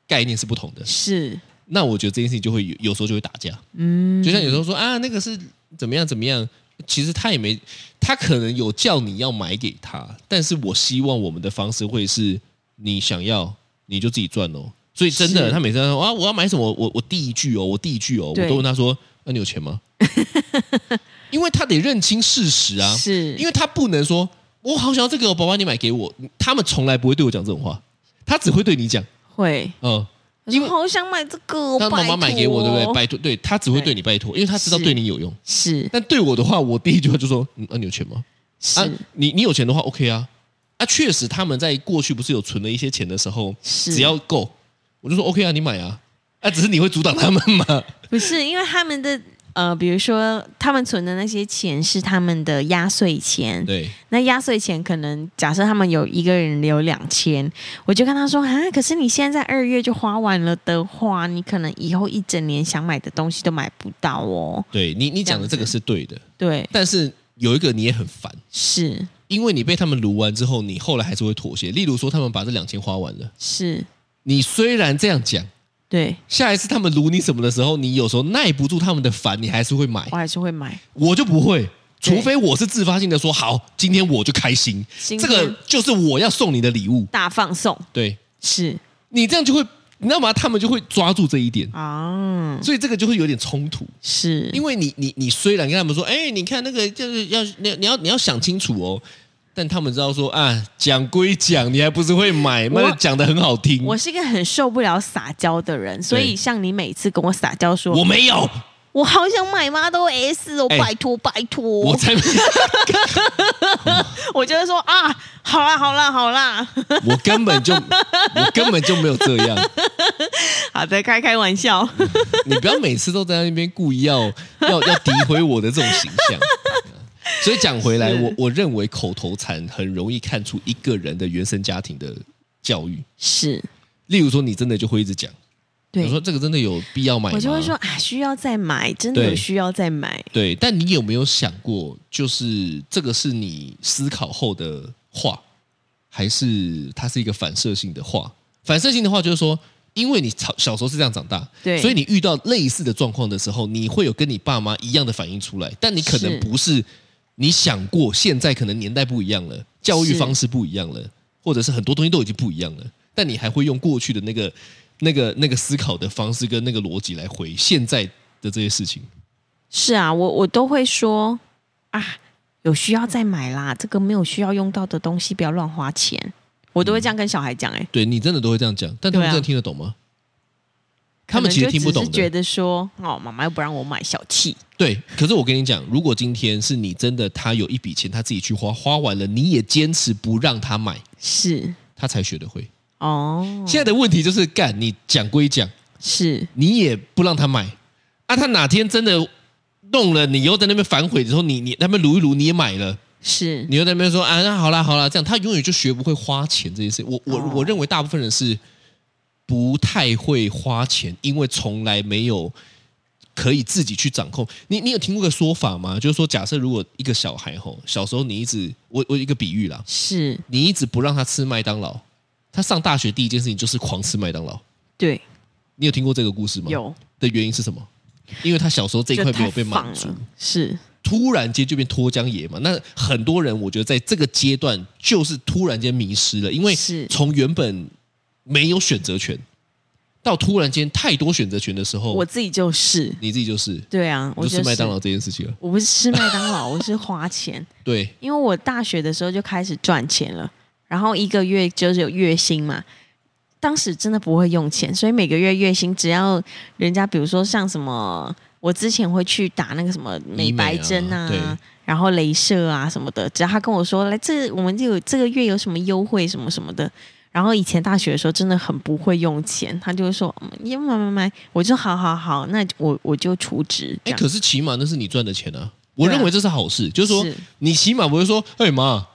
[SPEAKER 3] 概念是不同的，
[SPEAKER 2] 是
[SPEAKER 3] 那我觉得这件事情就会有有时候就会打架。嗯，就像有时候说啊，那个是怎么样怎么样，其实他也没，他可能有叫你要买给他，但是我希望我们的方式会是你想要你就自己赚哦。所以真的，
[SPEAKER 2] 是
[SPEAKER 3] 他每次都说啊，我要买什么，我我第一句哦，我第一句哦，我
[SPEAKER 2] 对
[SPEAKER 3] 都问他说，那、你有钱 吗？因为他得认清事实啊，
[SPEAKER 2] 是，
[SPEAKER 3] 因
[SPEAKER 2] 为
[SPEAKER 3] 为他不能说我好想要这个、哦，宝宝你买给我，他们从来不会对我讲这种话，他只会对你讲，
[SPEAKER 2] 会，
[SPEAKER 3] 嗯。因
[SPEAKER 2] 因
[SPEAKER 3] 为
[SPEAKER 2] 为好想买这个哦，
[SPEAKER 3] 让妈妈买给我，对不
[SPEAKER 2] 拜
[SPEAKER 3] 对？
[SPEAKER 2] 托哦
[SPEAKER 3] 拜托，对他只会对你拜托，因为他知道
[SPEAKER 2] 是
[SPEAKER 3] 对你有用。
[SPEAKER 2] 是
[SPEAKER 3] 但对我的话，我第一句话就说：“嗯，啊，你有钱吗？
[SPEAKER 2] 是、
[SPEAKER 3] 啊，你你有钱的话，OK 啊。啊，确实他们在过去不是有存了一些钱的时候，
[SPEAKER 2] 是，
[SPEAKER 3] 只要够，我我就说 OK 啊，你买啊，啊，只是你会阻挡他们 吗？
[SPEAKER 2] 不是因为他们的呃，比如说他们存的那些钱是他们的压岁钱，
[SPEAKER 3] 对，
[SPEAKER 2] 那压岁钱可能假设他们有一个人留两千，我就跟他说啊，可是你现在二月就花完了的话，你可能以后一整年想买的东西都买不到哦。
[SPEAKER 3] 对你你讲的这个是对的，
[SPEAKER 2] 对，
[SPEAKER 3] 但是有一个你也很烦，
[SPEAKER 2] 是
[SPEAKER 3] 因为你被他们撸完之后，你后来还是会妥协。例如说，他们把这两千花完了，
[SPEAKER 2] 是，
[SPEAKER 3] 你虽然这样讲，
[SPEAKER 2] 对
[SPEAKER 3] 下一次他们撸你什么的时候，你有时候耐不住他们的烦，你还是会买
[SPEAKER 2] 我。还是会买。
[SPEAKER 3] 我就不会，
[SPEAKER 2] 对
[SPEAKER 3] 除非我是自发性的说好，今天我就开心，
[SPEAKER 2] 今
[SPEAKER 3] 这
[SPEAKER 2] 天
[SPEAKER 3] 个就是我要送你的礼物。
[SPEAKER 2] 大放送
[SPEAKER 3] 对
[SPEAKER 2] 是
[SPEAKER 3] 你这样就会，你知道吗？他们就会抓住这一点，
[SPEAKER 2] 啊，
[SPEAKER 3] 所以这个就会有点冲突。
[SPEAKER 2] 嗯是
[SPEAKER 3] 因为你你你虽然跟他们说，哎，你看那个就是要你你要你要想清楚哦，但他们知道说啊，讲归讲，你还不是会买，妈
[SPEAKER 2] 我
[SPEAKER 3] 的讲的很好听，
[SPEAKER 2] 我
[SPEAKER 3] 我
[SPEAKER 2] 是一个很受不了撒娇的人，所以像你每次跟我撒娇说，
[SPEAKER 3] 没有，
[SPEAKER 2] 我好想买 Model S 哦，
[SPEAKER 3] 哎
[SPEAKER 2] 拜托拜托，
[SPEAKER 3] 我才没
[SPEAKER 2] 我就会说啊，好啦好啦好啦，
[SPEAKER 3] 我根本就我根本就没有这样，
[SPEAKER 2] 好的，开开玩笑，
[SPEAKER 3] 你不要每次都在那边故意要 要要诋毁我的这种形象。所以讲回来，
[SPEAKER 2] 是
[SPEAKER 3] 我我认为口头禅很容易看出一个人的原生家庭的教育。
[SPEAKER 2] 是
[SPEAKER 3] 例如说，你真的就会一直讲，我
[SPEAKER 2] 对，
[SPEAKER 3] 说这个真的有必要买吗？
[SPEAKER 2] 我就会说啊，需要再买，真的有
[SPEAKER 3] 对
[SPEAKER 2] 需要再买，
[SPEAKER 3] 对。但你有没有想过，就是这个是你思考后的话，还是它是一个反射性的话？反射性的话就是说，因为你小小时候是这样长大，
[SPEAKER 2] 对
[SPEAKER 3] 所以你遇到类似的状况的时候，你会有跟你爸妈一样的反应出来，但你可
[SPEAKER 2] 是
[SPEAKER 3] 能不是你想过，现在可能年代不一样了，教育
[SPEAKER 2] 是
[SPEAKER 3] 方式不一样了，或者是很多东西都已经不一样了，但你还会用过去的那个、那个、那个思考的方式跟那个逻辑来回现在的这些事情。
[SPEAKER 2] 是啊，我我都会说啊，有需要再买啦，这个没有需要用到的东西不要乱花钱，我都会这样跟小孩讲、欸，哎、
[SPEAKER 3] 对你真的都会这样讲，但他们
[SPEAKER 2] 对啊
[SPEAKER 3] 真的听得懂吗？他们其实听不懂的，
[SPEAKER 2] 觉得说哦，妈妈又不让我买，小气，
[SPEAKER 3] 对，可是我跟你讲，如果今天是你真的，他有一笔钱他自己去花，花完了你也坚持不让他买，
[SPEAKER 2] 是
[SPEAKER 3] 他才学得会。
[SPEAKER 2] 哦，
[SPEAKER 3] 现在的问题就是，干你讲归讲，
[SPEAKER 2] 是
[SPEAKER 3] 你也不让他买啊，他哪天真的弄了，你又在那边反悔的时候，你你那边撸一撸，你也买了，
[SPEAKER 2] 是
[SPEAKER 3] 你又在那边说啊，那好啦好啦，这样他永远就学不会花钱这件事。我我、
[SPEAKER 2] 哦
[SPEAKER 3] 我认为大部分人是不太会花钱，因为从来没有可以自己去掌控。你你有听过个说法吗？就是说，假设如果一个小孩吼，小时候你一直我我有一个比喻啦，
[SPEAKER 2] 是，
[SPEAKER 3] 你一直不让他吃麦当劳，他上大学第一件事情就是狂吃麦当劳。
[SPEAKER 2] 对，
[SPEAKER 3] 你有听过这个故事吗？
[SPEAKER 2] 有
[SPEAKER 3] 的原因是什么？因为他小时候这一
[SPEAKER 2] 就
[SPEAKER 3] 块没
[SPEAKER 2] 太
[SPEAKER 3] 有被
[SPEAKER 2] 放
[SPEAKER 3] 满足
[SPEAKER 2] 了，，是
[SPEAKER 3] 突然间就变脱缰野嘛。那很多人，我觉得在这个阶段就是突然间迷失了，因为
[SPEAKER 2] 是
[SPEAKER 3] 从原本没有选择权，到突然间太多选择权的时候，
[SPEAKER 2] 我自己就是，
[SPEAKER 3] 你自己就是
[SPEAKER 2] 对啊，我
[SPEAKER 3] 哦你就是
[SPEAKER 2] 是
[SPEAKER 3] 麦当劳，这件事情了。
[SPEAKER 2] 我不是吃麦当劳， 我是花钱，
[SPEAKER 3] 对，
[SPEAKER 2] 因为我大学的时候就开始赚钱了，然后一个月就是有月薪嘛。当时真的不会用钱，所以每个月月薪只要人家，比如说像什么，我之前会去打那个什么美白针
[SPEAKER 3] 医美啊对
[SPEAKER 2] 然后镭射啊什么的，只要他跟我说来这我们就有这个月有什么优惠什么什么的。然后以前大学的时候真的很不会用钱，他就会说嗯你要买买买，我就好好好，那我我就储值这
[SPEAKER 3] 哎，
[SPEAKER 2] 样。
[SPEAKER 3] 可是起码那是你赚的钱啊，我
[SPEAKER 2] 对啊
[SPEAKER 3] 认为这是好事，就是说
[SPEAKER 2] 是
[SPEAKER 3] 你起码不会说，哎妈。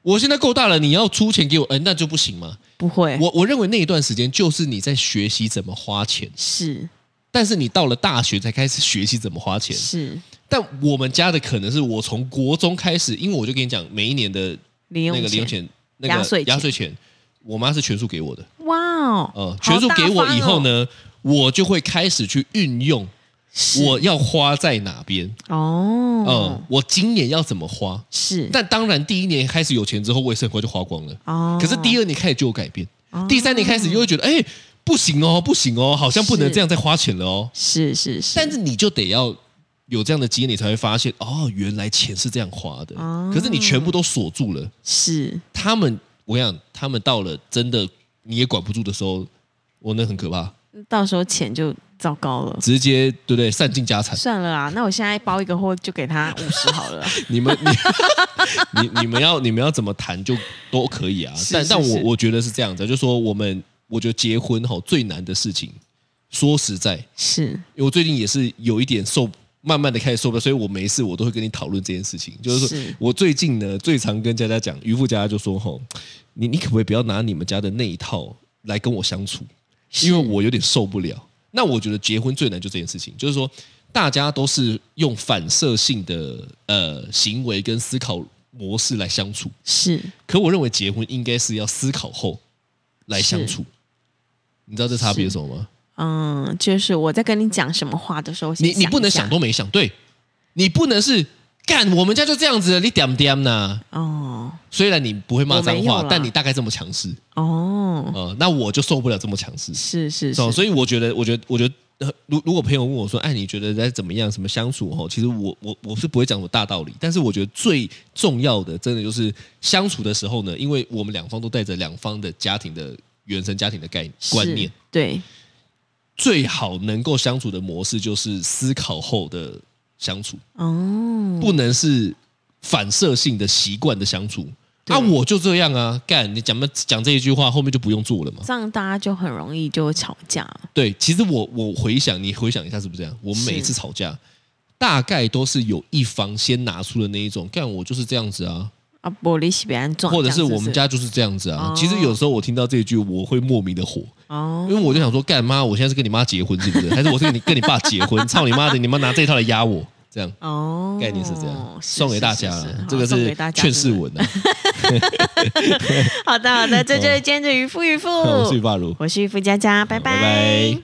[SPEAKER 3] 我现在够大了，你要出钱给我，哎，那就不行嘛。
[SPEAKER 2] 不会，
[SPEAKER 3] 我我认为那一段时间就是你在学习怎么花钱，
[SPEAKER 2] 是
[SPEAKER 3] 但是你到了大学才开始学习怎么花钱。
[SPEAKER 2] 是
[SPEAKER 3] 但我们家的可能是我从国中开始，因为我就跟你讲，每一年的
[SPEAKER 2] 零
[SPEAKER 3] 那
[SPEAKER 2] 用
[SPEAKER 3] 个零用
[SPEAKER 2] 钱，
[SPEAKER 3] 钱、那个
[SPEAKER 2] 压岁钱
[SPEAKER 3] 压岁钱，我妈是全数给我的。
[SPEAKER 2] 哇哦，
[SPEAKER 3] 呃，
[SPEAKER 2] 好
[SPEAKER 3] 全数
[SPEAKER 2] 大
[SPEAKER 3] 给我
[SPEAKER 2] 方
[SPEAKER 3] 以后
[SPEAKER 2] 哦，
[SPEAKER 3] 呢，我就会开始去运用
[SPEAKER 2] 是
[SPEAKER 3] 我要花在哪边。
[SPEAKER 2] 哦，
[SPEAKER 3] 嗯，我今年要怎么花？
[SPEAKER 2] 是，
[SPEAKER 3] 但当然，第一年开始有钱之后，我也是很快就花光了。
[SPEAKER 2] 哦，
[SPEAKER 3] 可是第
[SPEAKER 2] 二
[SPEAKER 3] 二年开始就有改变，第三年开始又会觉得，哎，不行哦，不行哦，好像不能
[SPEAKER 2] 是
[SPEAKER 3] 这样再花钱了哦。
[SPEAKER 2] 是是是，
[SPEAKER 3] 但是你就得要有这样的经验，你才会发现哦，原来钱是这样花的。
[SPEAKER 2] 哦
[SPEAKER 3] 可是你全部都锁住了，
[SPEAKER 2] 是
[SPEAKER 3] 他们，我跟你讲，他们到了真的你也管不住的时候，我那很可怕，
[SPEAKER 2] 到时候钱就糟糕了。
[SPEAKER 3] 直接对不对？散尽 家产。
[SPEAKER 2] 算了啦，那我现在包一个货就给 他五十好了啦。
[SPEAKER 3] 你们， 你你你们要你们要怎么谈就都可以啊。
[SPEAKER 2] 是
[SPEAKER 3] 但
[SPEAKER 2] 是
[SPEAKER 3] 但我
[SPEAKER 2] 是
[SPEAKER 3] 啊我觉得是这样子，就说我们我觉得结婚吼最难的事情，说实在，
[SPEAKER 2] 是
[SPEAKER 3] 因为我最近也是有一点受，慢慢的开始受不了，所以我没事我都会跟你讨论这件事情。就是说
[SPEAKER 2] 是
[SPEAKER 3] 我最近呢，最常跟佳佳讲，渔夫佳佳就说：“吼，你你可不可以不要拿你们家的那一套来跟我相处？因为我有点受不了。”那我觉得结婚最难就这件事情，就是说大家都是用反射性的呃行为跟思考模式来相处，
[SPEAKER 2] 是
[SPEAKER 3] 可我认为结婚应该是要思考后来相处。你知道这差别是什么吗？
[SPEAKER 2] 嗯，就是我在跟你讲什么话的时候，
[SPEAKER 3] 你
[SPEAKER 2] 先
[SPEAKER 3] 你不能
[SPEAKER 2] 一下
[SPEAKER 3] 想都没想，对你不能是干我们家就这样子了，你点点呐。
[SPEAKER 2] 哦
[SPEAKER 3] 虽然你不会骂
[SPEAKER 2] 我
[SPEAKER 3] 脏
[SPEAKER 2] 没有
[SPEAKER 3] 话
[SPEAKER 2] 啦，
[SPEAKER 3] 但你大概这么强势
[SPEAKER 2] 哦，
[SPEAKER 3] 啊、呃那我就受不了这么强势。
[SPEAKER 2] 是是
[SPEAKER 3] 哦，
[SPEAKER 2] 是，
[SPEAKER 3] 所以我觉得，我觉得，我觉得，呃如如果朋友问我说，哎，你觉得在怎么样，什么相处？哦，其实我我我是不会讲什么大道理，但是我觉得最重要的，真的就是相处的时候呢，因为我们两方都带着两方的家庭的原生家庭的概
[SPEAKER 2] 是
[SPEAKER 3] 观念，
[SPEAKER 2] 对，
[SPEAKER 3] 最好能够相处的模式就是思考后的相处，
[SPEAKER 2] 哦，
[SPEAKER 3] 不能是反射性的习惯的相处。
[SPEAKER 2] 对
[SPEAKER 3] 啊，我就这样啊，干你讲讲这一句话，后面就不用做了嘛。
[SPEAKER 2] 这样大家就很容易就会吵架了
[SPEAKER 3] 对，其实我我回想，你回想一下是不是这样？我们
[SPEAKER 2] 是
[SPEAKER 3] 每一次吵架，大概都是有一方先拿出了那一种，干我就是这样子啊，
[SPEAKER 2] 啊，玻璃是被人撞，
[SPEAKER 3] 或者
[SPEAKER 2] 这
[SPEAKER 3] 是
[SPEAKER 2] 样
[SPEAKER 3] 我们家就是这样子啊。
[SPEAKER 2] 哦
[SPEAKER 3] 其实有时候我听到这一句，我会莫名的火，
[SPEAKER 2] 哦
[SPEAKER 3] 因为我就想说，干妈，我现在是跟你妈结婚是 不是？还是我是跟你跟你爸结婚？操你妈的，你们拿这一套来压我，这样。
[SPEAKER 2] 哦，
[SPEAKER 3] 概念是这样，
[SPEAKER 2] 是
[SPEAKER 3] 送给
[SPEAKER 2] 是
[SPEAKER 3] 大
[SPEAKER 2] 是
[SPEAKER 3] 家
[SPEAKER 2] 是
[SPEAKER 3] 了
[SPEAKER 2] 好。
[SPEAKER 3] 这个
[SPEAKER 2] 送
[SPEAKER 3] 是
[SPEAKER 2] 给大家
[SPEAKER 3] 劝世
[SPEAKER 2] 真的。
[SPEAKER 3] 文啊。
[SPEAKER 2] 好的好的，这就是今天的渔夫渔夫，
[SPEAKER 3] 哦 我是雨发如。
[SPEAKER 2] 我是渔夫佳佳，
[SPEAKER 3] 拜拜